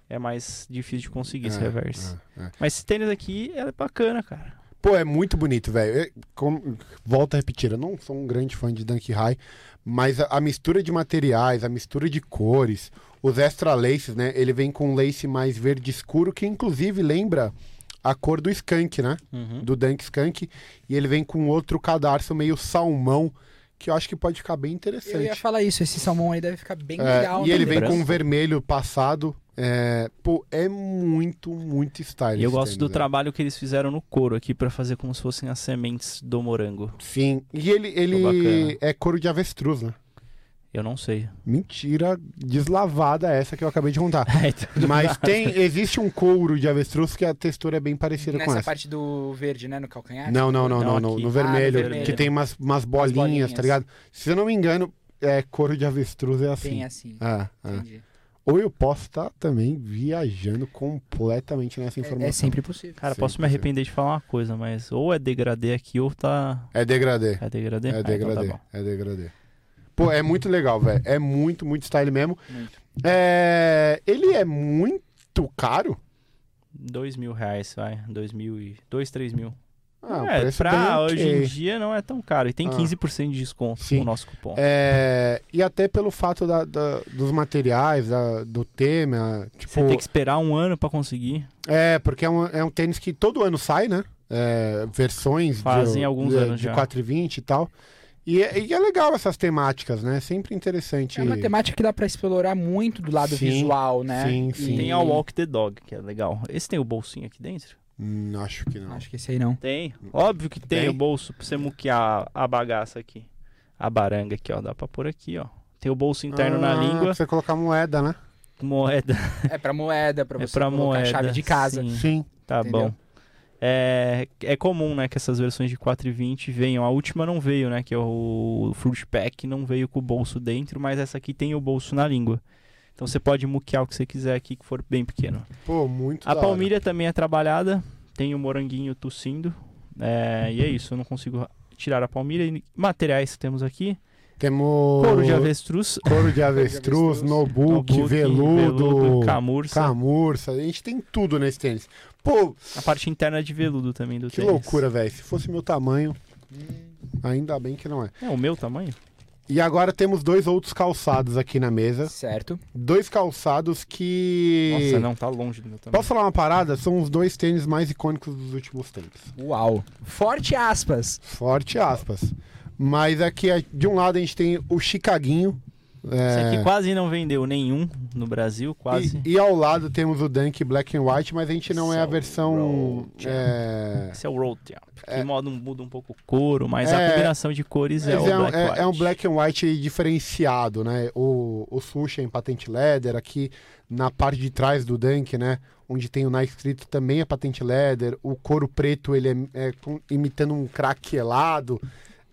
[SPEAKER 1] é mais difícil de conseguir esse
[SPEAKER 2] é,
[SPEAKER 1] reverse.
[SPEAKER 2] é, é.
[SPEAKER 1] Mas esse tênis aqui é bacana, cara.
[SPEAKER 2] Pô, é muito bonito, velho. É, como- Volto a repetir, eu não sou um grande fã de Dunk High, mas a, a mistura de materiais, a mistura de cores, os extra laces, né? Ele vem com um lace mais verde escuro, que inclusive lembra a cor do skunk, né? Do Dunk Skunk. E ele vem com outro cadarço meio salmão, que eu acho que pode ficar bem
[SPEAKER 3] Eu ia
[SPEAKER 2] interessante.
[SPEAKER 3] falar isso, esse salmão aí deve ficar é bem
[SPEAKER 2] É,
[SPEAKER 3] legal. né?
[SPEAKER 2] e ele
[SPEAKER 3] também.
[SPEAKER 2] vem com um
[SPEAKER 1] Branco.
[SPEAKER 2] vermelho passado. É, pô, é muito, muito style.
[SPEAKER 1] E eu
[SPEAKER 2] esse
[SPEAKER 1] gosto do
[SPEAKER 2] tênis, né?
[SPEAKER 1] trabalho que eles fizeram no couro aqui pra fazer como se fossem as sementes do morango.
[SPEAKER 2] Sim. E ele,
[SPEAKER 1] bacana.
[SPEAKER 2] ele é couro de avestruz, né?
[SPEAKER 1] Eu não sei.
[SPEAKER 2] Mentira deslavada essa que eu acabei
[SPEAKER 1] (laughs)
[SPEAKER 2] de contar. Mas tem, existe um couro de avestruz que a textura é bem parecida com
[SPEAKER 3] Nessa
[SPEAKER 2] essa.
[SPEAKER 3] parte do verde, né? No calcanhar.
[SPEAKER 2] Não, não, não,
[SPEAKER 1] Não,
[SPEAKER 2] não, no,
[SPEAKER 1] aqui.
[SPEAKER 2] no
[SPEAKER 1] Ah, no
[SPEAKER 2] vermelho,
[SPEAKER 1] vermelho.
[SPEAKER 2] que tem umas, umas bolinhas,
[SPEAKER 3] bolinhas.
[SPEAKER 2] tá ligado? Se eu não me engano, é couro de avestruz é assim.
[SPEAKER 3] Tem assim.
[SPEAKER 2] Ah, ah.
[SPEAKER 3] Entendi.
[SPEAKER 2] Ou eu posso estar também viajando completamente nessa
[SPEAKER 3] É,
[SPEAKER 2] informação.
[SPEAKER 3] é sempre possível.
[SPEAKER 1] Cara,
[SPEAKER 2] Sim,
[SPEAKER 1] posso me
[SPEAKER 2] sim.
[SPEAKER 1] arrepender de falar uma coisa, mas ou é degradê aqui ou tá.
[SPEAKER 2] É degradê.
[SPEAKER 1] É degradê? Ah,
[SPEAKER 2] É
[SPEAKER 1] então
[SPEAKER 2] degradê.
[SPEAKER 1] tá bom.
[SPEAKER 2] é degradê. Pô, é muito legal, velho. É muito, muito style mesmo.
[SPEAKER 3] Muito.
[SPEAKER 2] É, Ele é muito caro.
[SPEAKER 1] Dois mil reais, vai. Dois mil e. Dois, três mil.
[SPEAKER 2] Ah, o
[SPEAKER 1] é,
[SPEAKER 2] preço
[SPEAKER 1] pra
[SPEAKER 2] bem ok.
[SPEAKER 1] hoje em dia não é tão caro. E tem
[SPEAKER 2] Ah.
[SPEAKER 1] 15% de desconto
[SPEAKER 2] Sim.
[SPEAKER 1] no nosso cupom.
[SPEAKER 2] É, e até pelo fato da- da- dos materiais, da- do tema, tipo...
[SPEAKER 1] Você tem que esperar um ano pra conseguir.
[SPEAKER 2] É, porque é um, é um tênis que todo ano sai, né? É, versões
[SPEAKER 1] Fazem
[SPEAKER 2] de,
[SPEAKER 1] alguns
[SPEAKER 2] de,
[SPEAKER 1] anos
[SPEAKER 2] de
[SPEAKER 1] já.
[SPEAKER 2] 4,20 e tal. E, é- e é legal essas temáticas, né? É Sempre interessante.
[SPEAKER 3] É uma temática que dá pra explorar muito do lado
[SPEAKER 2] Sim,
[SPEAKER 3] visual, né?
[SPEAKER 2] sim,
[SPEAKER 3] E-
[SPEAKER 2] sim.
[SPEAKER 1] Tem a Walk the Dog, que é legal. Esse tem o bolsinho aqui dentro?
[SPEAKER 2] Hum, acho que não.
[SPEAKER 3] Acho que esse
[SPEAKER 1] (laughs)
[SPEAKER 3] aí não.
[SPEAKER 1] Tem. Óbvio que tem,
[SPEAKER 2] Tem.
[SPEAKER 1] o bolso pra você muquear a bagaça aqui. A baranga aqui, ó. Dá pra pôr aqui, ó. Tem o bolso interno um na
[SPEAKER 2] Ah,
[SPEAKER 1] língua,
[SPEAKER 2] pra Você colocar moeda, né?
[SPEAKER 1] moeda.
[SPEAKER 3] É pra moeda, pra
[SPEAKER 1] é
[SPEAKER 3] você
[SPEAKER 1] pra
[SPEAKER 3] colocar
[SPEAKER 1] moeda.
[SPEAKER 3] a chave de casa.
[SPEAKER 1] Sim,
[SPEAKER 2] Sim.
[SPEAKER 1] tá
[SPEAKER 3] Entendeu?
[SPEAKER 1] bom. É, é comum, né, que essas versões de 4,20 venham. A última não veio, né, que é o Fruit Pack, não veio com o bolso dentro, mas essa aqui tem o bolso na língua. Então você pode muquear o que você quiser aqui, que for bem pequeno.
[SPEAKER 2] Pô, muito
[SPEAKER 1] A
[SPEAKER 2] da hora.
[SPEAKER 1] palmilha também é trabalhada, tem o moranguinho tossindo. é, e é isso, eu não consigo tirar a palmilha. E materiais que temos aqui:
[SPEAKER 2] Temos
[SPEAKER 1] couro de avestruz,
[SPEAKER 2] couro de avestruz,
[SPEAKER 3] avestruz,
[SPEAKER 2] notebook,
[SPEAKER 1] notebook,
[SPEAKER 2] veludo,
[SPEAKER 1] camurça.
[SPEAKER 2] camurça. A gente tem tudo nesse tênis. Pô,
[SPEAKER 1] A parte interna de veludo também do
[SPEAKER 2] que
[SPEAKER 1] tênis.
[SPEAKER 2] loucura, velho. Se fosse meu tamanho, ainda bem que não é.
[SPEAKER 1] É o meu tamanho?
[SPEAKER 2] E agora temos dois outros calçados aqui na mesa.
[SPEAKER 3] Certo.
[SPEAKER 2] Dois calçados que.
[SPEAKER 1] Nossa, não, tá longe do meu tamanho.
[SPEAKER 2] Posso falar uma parada? São os dois tênis mais icônicos dos últimos tempos.
[SPEAKER 3] Uau. Forte aspas.
[SPEAKER 2] Forte aspas. Mas aqui, de um lado, a gente tem o Chicaguinho.
[SPEAKER 1] Esse
[SPEAKER 2] é,
[SPEAKER 1] aqui quase não vendeu nenhum no Brasil, quase.
[SPEAKER 2] E, e ao lado temos o Dunk Black and White, mas a gente não é a
[SPEAKER 1] Esse é o
[SPEAKER 2] versão.
[SPEAKER 1] Road Champ.
[SPEAKER 2] é,
[SPEAKER 1] Esse é o Road Champ, que
[SPEAKER 2] É.
[SPEAKER 1] moda- muda um pouco o couro, mas
[SPEAKER 2] É.
[SPEAKER 1] a combinação de cores é,
[SPEAKER 2] mas
[SPEAKER 1] o
[SPEAKER 2] é, um-
[SPEAKER 1] Black
[SPEAKER 2] é-
[SPEAKER 1] White.
[SPEAKER 2] é um black and white diferenciado, né? O, o sushi é em patente leather, aqui na parte de trás do Dunk, né? Onde tem o Nike escrito também é patente leather. O couro preto, ele é, é com- imitando um craquelado.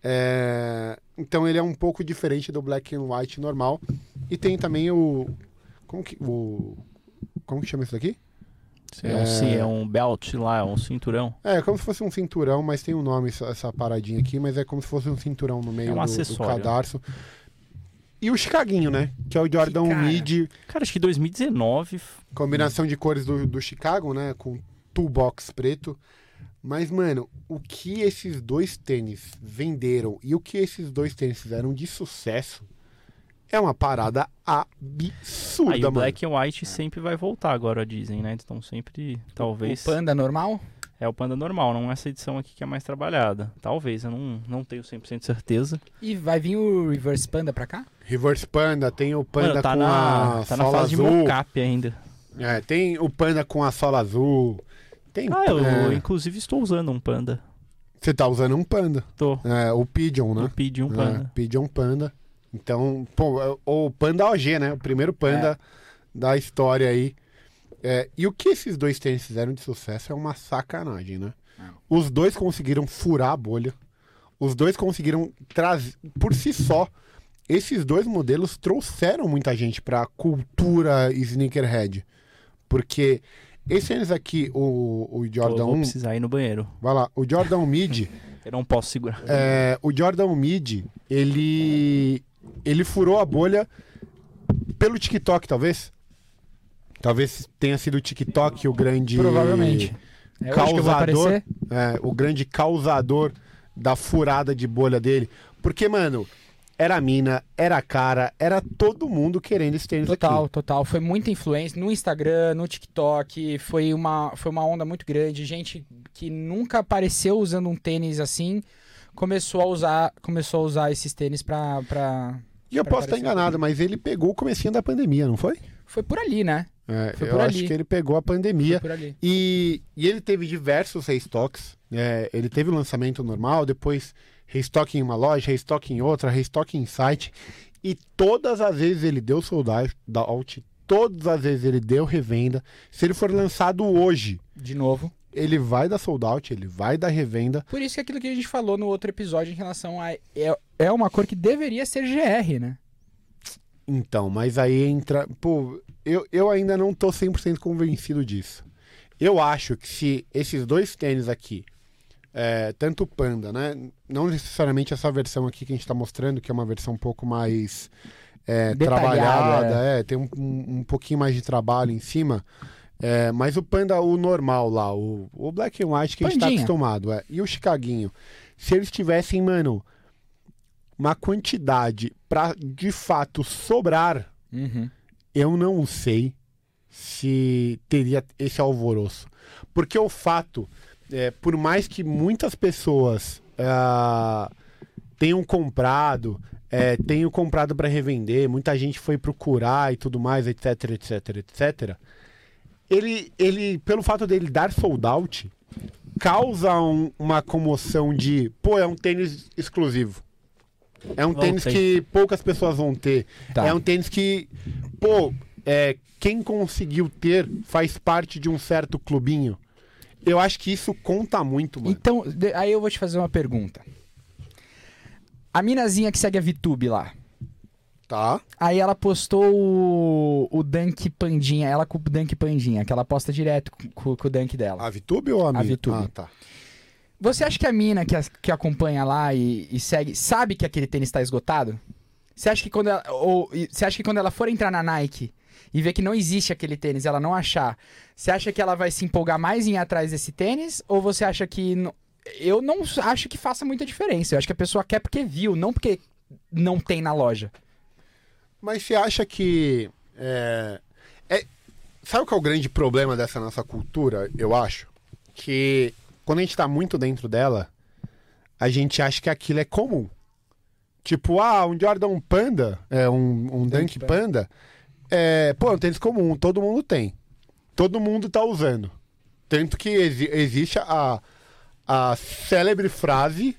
[SPEAKER 2] É, então ele é um pouco diferente do black and white normal. E tem também o. Como que. O, como que chama isso daqui?
[SPEAKER 1] Esse é um, ci- é um belt lá, é um cinturão.
[SPEAKER 2] É, como se fosse um cinturão, mas tem um nome essa, essa paradinha aqui, mas é como se fosse um cinturão no
[SPEAKER 1] É
[SPEAKER 2] meio
[SPEAKER 1] um
[SPEAKER 2] do- do,
[SPEAKER 1] acessório.
[SPEAKER 2] cadarço. E o Chicaguinho, né? Que é o Jordan
[SPEAKER 3] cara.
[SPEAKER 2] Mid,
[SPEAKER 1] Cara, acho que 2019
[SPEAKER 2] combinação de cores do, do Chicago, né? Com toolbox preto. Mas, mano, o que esses dois tênis venderam e o que esses dois tênis fizeram de sucesso é uma parada absurda,
[SPEAKER 1] Aí o
[SPEAKER 2] mano.
[SPEAKER 1] Black and White sempre vai voltar agora, dizem, né? Então sempre, talvez.
[SPEAKER 3] O panda normal?
[SPEAKER 1] É o panda normal, não essa edição aqui que é mais trabalhada. Talvez, eu não, não tenho 100% de certeza.
[SPEAKER 3] E vai vir o reverse panda pra cá?
[SPEAKER 2] Reverse Panda, tem o Panda
[SPEAKER 1] Mano, tá
[SPEAKER 2] com
[SPEAKER 1] na,
[SPEAKER 2] a
[SPEAKER 1] tá na
[SPEAKER 2] sola
[SPEAKER 1] fase de
[SPEAKER 2] azul.
[SPEAKER 1] mocap ainda.
[SPEAKER 2] É, tem o panda com a sola azul. Tem.
[SPEAKER 1] Ah, eu
[SPEAKER 2] é,
[SPEAKER 1] inclusive estou usando um panda.
[SPEAKER 2] Você tá usando um panda.
[SPEAKER 1] Tô.
[SPEAKER 2] É, o Pigeon,
[SPEAKER 1] Eu
[SPEAKER 2] né?
[SPEAKER 1] pedi um
[SPEAKER 2] É,
[SPEAKER 1] panda.
[SPEAKER 2] Pigeon Panda. Então, pô, é o Panda OG, né? O primeiro
[SPEAKER 1] É.
[SPEAKER 2] panda da história aí. É, e o que esses dois tênis fizeram de sucesso é uma sacanagem, né?
[SPEAKER 1] É.
[SPEAKER 2] Os dois conseguiram furar a bolha. Os dois conseguiram trazer. Por si só, esses dois modelos trouxeram muita gente pra cultura sneakerhead. Porque esse tênis aqui, o, o
[SPEAKER 1] Pô,
[SPEAKER 2] Jordan
[SPEAKER 1] vou
[SPEAKER 2] 1.
[SPEAKER 1] precisar ir no banheiro.
[SPEAKER 2] Vai lá, o
[SPEAKER 1] (laughs)
[SPEAKER 2] Jordan Mid.
[SPEAKER 1] Eu não posso segurar.
[SPEAKER 2] É, o Jordan Mid, ele ele furou a bolha pelo TikTok, talvez. Talvez tenha sido o TikTok o grande
[SPEAKER 3] Provavelmente. É hoje que eu vou
[SPEAKER 2] causador,
[SPEAKER 3] aparecer.
[SPEAKER 2] é, o grande causador da furada de bolha dele. Porque, mano, era a mina, era a cara, era todo mundo querendo esse tênis
[SPEAKER 3] Total,
[SPEAKER 2] aqui.
[SPEAKER 3] total. Foi muita influência no Instagram, no TikTok. Foi uma, foi uma onda muito grande. Gente que nunca apareceu usando um tênis assim começou a usar, começou a usar esses tênis pra. pra...
[SPEAKER 2] E eu
[SPEAKER 3] Pra
[SPEAKER 2] posso estar
[SPEAKER 3] parecer
[SPEAKER 2] enganado, mas ele pegou o comecinho da pandemia, não foi?
[SPEAKER 3] Foi por ali, né?
[SPEAKER 2] É,
[SPEAKER 3] Foi
[SPEAKER 2] eu
[SPEAKER 3] por
[SPEAKER 2] acho
[SPEAKER 3] ali.
[SPEAKER 2] que ele pegou a pandemia.
[SPEAKER 3] Foi por ali.
[SPEAKER 2] E, e ele teve diversos restocks. né? ele teve o lançamento normal, depois restock em uma loja, restock em outra, restock em site. E todas as vezes ele deu sold out, da- out, todas as vezes ele deu revenda. Se ele for lançado hoje,
[SPEAKER 3] De novo.
[SPEAKER 2] ele vai dar sold out, ele vai dar revenda.
[SPEAKER 3] Por isso que aquilo que a gente falou no outro episódio em relação a. É, é uma cor que deveria ser GR, né?
[SPEAKER 2] Então, mas aí entra. Pô, eu, eu ainda não tô 100% convencido disso. Eu acho que se esses dois tênis aqui, é, tanto o Panda, né? Não necessariamente essa versão aqui que a gente tá mostrando, que é uma versão um pouco mais é,
[SPEAKER 3] Detalhada,
[SPEAKER 2] trabalhada, é, tem um, um, um pouquinho mais de trabalho em cima. É, mas o Panda, o normal lá, o, o Black and White que a gente tá
[SPEAKER 3] Pandinha.
[SPEAKER 2] acostumado, é, e o Chicaguinho. Se eles tivessem, mano, uma quantidade pra de fato sobrar
[SPEAKER 3] Uhum.
[SPEAKER 2] eu não sei se teria esse alvoroço. Porque o fato, é, por mais que muitas pessoas ah, tenham comprado, é, tenham comprado para revender, muita gente foi procurar e tudo mais, etc, etc, etc. Ele, ele pelo fato dele dar sold out, causa um- uma comoção de, pô, é um tênis exclusivo. É um
[SPEAKER 1] Não
[SPEAKER 2] tênis
[SPEAKER 1] tem.
[SPEAKER 2] que poucas pessoas vão ter.
[SPEAKER 3] Tá.
[SPEAKER 2] É um tênis que, pô, é, quem conseguiu ter faz parte de um certo clubinho. Eu acho que isso conta muito, mano.
[SPEAKER 3] Então, de- aí eu vou te fazer uma pergunta. A minazinha que segue a VTube lá.
[SPEAKER 2] Tá.
[SPEAKER 3] Aí ela postou o, o Dunk Pandinha, ela com o Dunk Pandinha, que ela posta direto com, com- com o Dunk dela.
[SPEAKER 2] A Vitube ou a, Mi?
[SPEAKER 3] Vitube.
[SPEAKER 2] Ah, tá.
[SPEAKER 3] Você acha que a mina que, as- que acompanha lá e, e segue, sabe que aquele tênis tá esgotado? Você acha que quando ela, ou, e- você acha que quando ela for entrar na Nike e ver que não existe aquele tênis, ela não achar, você acha que ela vai se empolgar mais em ir atrás desse tênis? Ou você acha que. n- Eu não acho que faça muita diferença. Eu acho que a pessoa quer porque viu, não porque não tem na loja.
[SPEAKER 2] Mas você acha que. É, é- sabe qual é o grande problema dessa nossa cultura, eu acho? Que quando a gente tá muito dentro dela, a gente acha que aquilo é comum. Tipo, ah, um Jordan Panda, é, um, um Dunk Panda, é, pô, é um tênis comum, todo mundo tem. Todo mundo tá usando. Tanto que exi- existe a, a célebre frase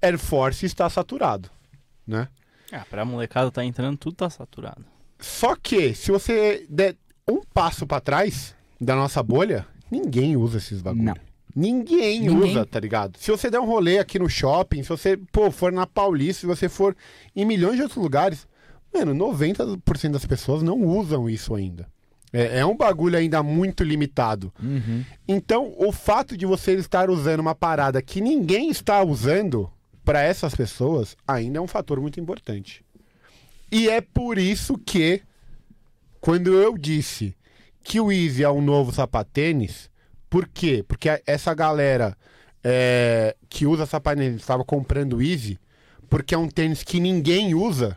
[SPEAKER 2] Air Force está saturado, né?
[SPEAKER 1] Ah, pra molecada tá entrando, tudo tá saturado.
[SPEAKER 2] Só que, se você der um passo pra trás da nossa bolha, ninguém usa esses bagulho.
[SPEAKER 3] Não.
[SPEAKER 2] Ninguém,
[SPEAKER 3] Ninguém.
[SPEAKER 2] usa, tá ligado? Se você der um rolê aqui no shopping, se você, pô, for na Paulista, se você for em milhões de outros lugares, mano, 90% das pessoas não usam isso ainda. É, é um bagulho ainda muito limitado.
[SPEAKER 3] Uhum.
[SPEAKER 2] Então, o fato de você estar usando uma parada que ninguém está usando, pra essas pessoas, ainda é um fator muito importante. E é por isso que, quando eu disse que o Easy é um novo sapatênis, por quê? Porque a- essa galera é, que usa sapatênis estava comprando o Easy, porque é um tênis que ninguém usa,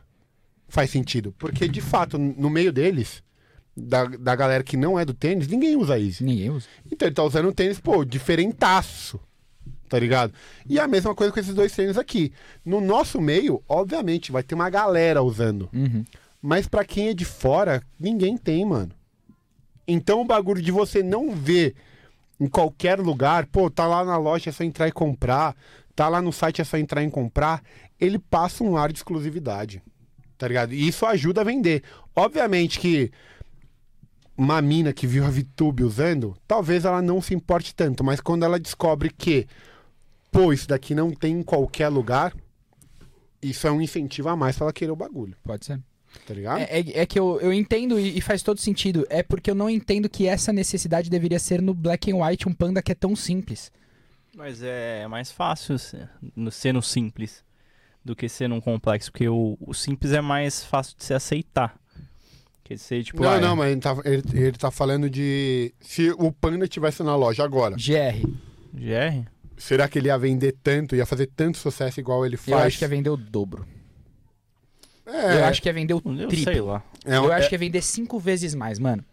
[SPEAKER 2] faz sentido. Porque, de fato, n- no meio deles, da, da galera que não é do tênis, ninguém usa Easy.
[SPEAKER 3] Ninguém usa.
[SPEAKER 2] Então ele tá usando um tênis, pô, diferentaço. Tá ligado? E a mesma coisa com esses dois tênis aqui. No nosso meio, obviamente, vai ter uma
[SPEAKER 3] Uhum.
[SPEAKER 2] galera usando. Mas pra quem é de fora, ninguém tem, mano. Então o bagulho de você não ver em qualquer lugar, pô, tá lá na loja, é só entrar e comprar, tá lá no site, é só entrar e comprar, ele passa um ar de exclusividade. Tá ligado? E isso ajuda a vender. Obviamente que uma mina que viu a Vitube usando, talvez ela não se importe tanto, mas quando ela descobre que, pô, isso daqui não tem em qualquer lugar, isso é um incentivo a mais pra ela querer o bagulho,
[SPEAKER 3] Pode ser.
[SPEAKER 2] tá ligado?
[SPEAKER 3] É, é- é que eu, eu entendo e, e faz todo sentido. É porque eu não entendo que essa necessidade deveria ser no black and white, um panda que é tão simples.
[SPEAKER 1] Mas é mais fácil ser no- ser no simples do que ser num complexo, porque o, o simples é mais fácil de se aceitar. Que ser tipo.
[SPEAKER 2] não,
[SPEAKER 3] é.
[SPEAKER 1] ah,
[SPEAKER 2] não, mas ele tá, ele, ele tá falando de se o Panda tivesse na loja agora,
[SPEAKER 3] GR,
[SPEAKER 1] GR?
[SPEAKER 2] será que ele ia vender tanto, ia fazer tanto sucesso igual ele
[SPEAKER 3] eu
[SPEAKER 2] faz?
[SPEAKER 3] acho que é vender o dobro.
[SPEAKER 2] É,
[SPEAKER 3] Eu acho que é vender o
[SPEAKER 1] Eu
[SPEAKER 3] triplo.
[SPEAKER 1] sei lá.
[SPEAKER 2] é, um-
[SPEAKER 3] eu
[SPEAKER 2] é,
[SPEAKER 3] acho que é vender cinco vezes mais, mano.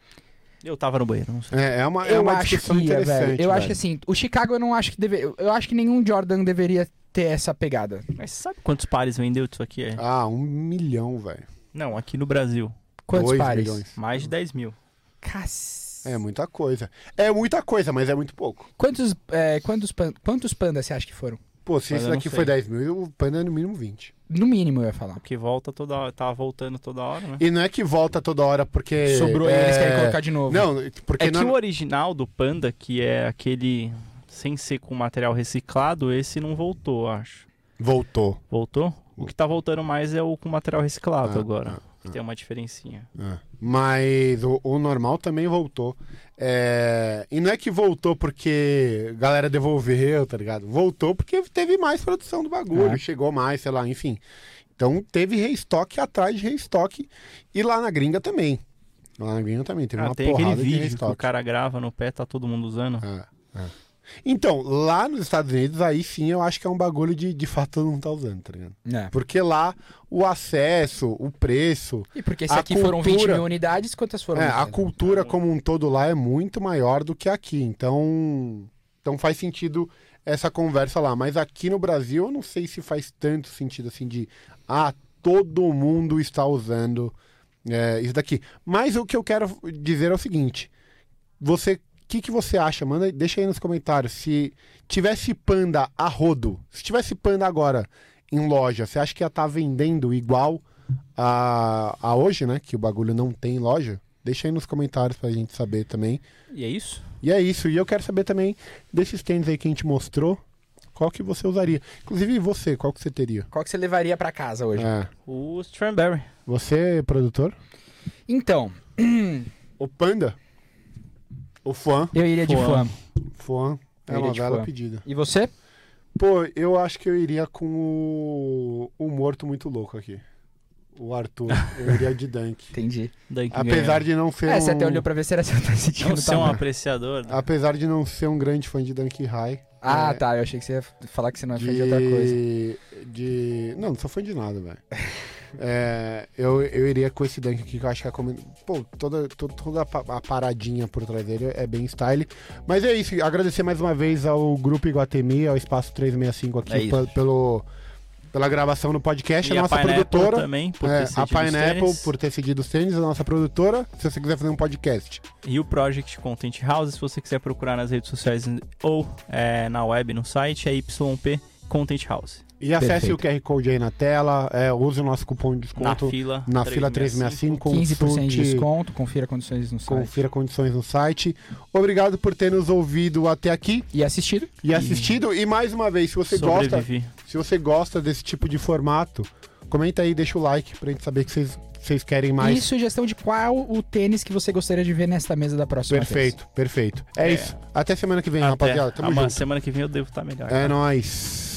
[SPEAKER 1] Eu tava no banheiro, não sei.
[SPEAKER 2] é, é uma, é
[SPEAKER 3] eu
[SPEAKER 2] uma
[SPEAKER 3] acho que
[SPEAKER 2] discussão
[SPEAKER 3] ia,
[SPEAKER 2] interessante.
[SPEAKER 3] velho. Eu acho
[SPEAKER 2] velho.
[SPEAKER 3] que assim, o Chicago eu não acho que deveria. Eu acho que nenhum Jordan deveria ter essa pegada.
[SPEAKER 1] Mas sabe quantos pares vendeu disso aqui?
[SPEAKER 3] assim-
[SPEAKER 1] É?
[SPEAKER 2] Ah, um milhão, velho.
[SPEAKER 1] Não, aqui no Brasil.
[SPEAKER 3] Quantos
[SPEAKER 2] Dois
[SPEAKER 3] pares?
[SPEAKER 2] milhões.
[SPEAKER 1] Mais de 10 mil.
[SPEAKER 3] Cac-
[SPEAKER 2] É muita coisa. É muita coisa, mas é muito pouco.
[SPEAKER 3] Quantos, é, quantos, pan- quantos pandas você acha que foram?
[SPEAKER 2] Pô, se
[SPEAKER 1] Mas
[SPEAKER 2] isso
[SPEAKER 1] eu não
[SPEAKER 2] daqui
[SPEAKER 1] sei.
[SPEAKER 2] foi 10 mil, o Panda é no mínimo 20.
[SPEAKER 3] No mínimo, eu ia falar.
[SPEAKER 1] Porque volta toda hora, tava voltando toda hora, né?
[SPEAKER 2] E não é que volta toda hora porque.
[SPEAKER 3] Sobrou
[SPEAKER 2] é...
[SPEAKER 3] e eles querem colocar de novo.
[SPEAKER 2] Não, porque
[SPEAKER 1] É que o
[SPEAKER 2] não.
[SPEAKER 1] original do Panda, que é aquele sem ser com material reciclado, esse não voltou, eu acho.
[SPEAKER 2] Voltou.
[SPEAKER 1] Voltou? O que tá voltando mais é o com material reciclado
[SPEAKER 2] Ah,
[SPEAKER 1] agora. que tem uma diferencinha.
[SPEAKER 2] É. Mas o, o normal também voltou. É, E não é que voltou porque a galera devolveu, tá ligado? Voltou porque teve mais produção do bagulho,
[SPEAKER 3] É.
[SPEAKER 2] chegou mais, sei lá, enfim. Então teve reestoque atrás de reestoque. E lá na gringa também. Lá na gringa também teve
[SPEAKER 1] Ah,
[SPEAKER 2] é uma
[SPEAKER 1] tem
[SPEAKER 2] porrada
[SPEAKER 1] aquele
[SPEAKER 2] de
[SPEAKER 1] vídeo que
[SPEAKER 2] reestoque.
[SPEAKER 1] o cara grava no pé, tá todo mundo usando.
[SPEAKER 2] É, é. Então, lá nos Estados Unidos, aí sim eu acho que é um bagulho de, de fato não tá usando, tá ligado?
[SPEAKER 3] É.
[SPEAKER 2] Porque lá o acesso, o preço,
[SPEAKER 3] E porque se
[SPEAKER 2] A
[SPEAKER 3] aqui foram 20
[SPEAKER 2] cultura-
[SPEAKER 3] mil unidades, quantas foram? né?
[SPEAKER 2] é, a
[SPEAKER 3] vendidas?
[SPEAKER 2] cultura como um todo lá é muito maior do que aqui. Então, então faz sentido essa conversa lá. Mas aqui no Brasil eu não sei se faz tanto sentido assim de ah, todo mundo está usando é, isso daqui. Mas o que eu quero dizer é o seguinte: você, o que, que você acha? Manda, deixa aí nos comentários. Se tivesse panda a rodo, se tivesse panda agora em loja, você acha que ia estar vendendo igual a, a hoje, né? Que o bagulho não tem loja? Deixa aí nos comentários pra gente saber também.
[SPEAKER 1] E é isso?
[SPEAKER 2] E é isso. E eu quero saber também desses tênis aí que a gente mostrou, qual que você usaria? Inclusive você, qual que você teria?
[SPEAKER 3] Qual que você levaria pra casa hoje?
[SPEAKER 2] É.
[SPEAKER 1] O Strawberry.
[SPEAKER 2] Você, produtor?
[SPEAKER 3] Então,
[SPEAKER 2] O panda? O fã?
[SPEAKER 3] eu iria de
[SPEAKER 1] Fuan.
[SPEAKER 3] fã.
[SPEAKER 2] Fã. É
[SPEAKER 3] Eu iria
[SPEAKER 2] uma
[SPEAKER 3] de
[SPEAKER 2] bela
[SPEAKER 3] fã.
[SPEAKER 2] pedida.
[SPEAKER 3] E você?
[SPEAKER 2] Pô, eu acho que eu iria com o, o morto muito louco aqui. O Arthur. Eu iria (laughs) de Dunk.
[SPEAKER 3] Entendi.
[SPEAKER 1] Daí que
[SPEAKER 2] Apesar
[SPEAKER 1] ganhou.
[SPEAKER 2] de tá não ser
[SPEAKER 3] É,
[SPEAKER 2] um...
[SPEAKER 3] você até olhou pra ver se era seu
[SPEAKER 1] não
[SPEAKER 3] sentindo
[SPEAKER 1] ser um apreciador. né?
[SPEAKER 2] Apesar de não ser um grande fã de Dunk High.
[SPEAKER 3] Ah,
[SPEAKER 2] é,
[SPEAKER 3] tá. Eu achei que você ia falar que você não é fã
[SPEAKER 2] de,
[SPEAKER 3] de outra coisa.
[SPEAKER 2] de- Não, não sou fã de nada, velho. (laughs) É, eu, eu iria com esse Dunk aqui, que eu acho que é como... Pô, toda, to- toda a pa- a paradinha por trás dele é bem style. Mas é isso, agradecer mais uma vez ao Grupo Iguatemi, ao Espaço 365 aqui,
[SPEAKER 1] É isso.
[SPEAKER 2] pe- pelo, pela gravação do podcast.
[SPEAKER 1] E
[SPEAKER 2] a
[SPEAKER 1] a
[SPEAKER 2] nossa
[SPEAKER 1] Pineapple
[SPEAKER 2] produtora...
[SPEAKER 1] também, por
[SPEAKER 2] É,
[SPEAKER 1] ter
[SPEAKER 2] a
[SPEAKER 1] cedido os
[SPEAKER 2] Pineapple
[SPEAKER 1] tênis.
[SPEAKER 2] por ter cedido os tênis, a nossa produtora. Se você quiser fazer um podcast,
[SPEAKER 1] E o Project Content House, se você quiser procurar nas redes sociais ou é, na web, no site, é YP Content House.
[SPEAKER 2] e acesse
[SPEAKER 3] Perfeito.
[SPEAKER 2] o QR Code aí na tela, é, use o nosso cupom de
[SPEAKER 1] na
[SPEAKER 2] desconto
[SPEAKER 1] fila
[SPEAKER 2] na, fila 365,
[SPEAKER 3] 15% de
[SPEAKER 2] consulte,
[SPEAKER 3] desconto, confira condições no site.
[SPEAKER 2] confira condições no site. Obrigado por ter nos ouvido até aqui
[SPEAKER 3] E assistido.
[SPEAKER 2] e assistido. E mais uma vez, se você gosta,
[SPEAKER 1] Sobrevivi.
[SPEAKER 2] se você gosta desse tipo de formato, comenta aí, deixa o like pra gente saber que vocês, vocês querem mais.
[SPEAKER 3] E sugestão de qual o tênis que você gostaria de ver nesta mesa da próxima
[SPEAKER 2] Perfeito, perfeito. É,
[SPEAKER 1] É.
[SPEAKER 2] isso. Até semana que vem,
[SPEAKER 1] Até
[SPEAKER 2] rapaziada. Tamo
[SPEAKER 1] amanhã,
[SPEAKER 2] junto.
[SPEAKER 1] semana que vem eu devo estar tá melhor.
[SPEAKER 2] É nóis.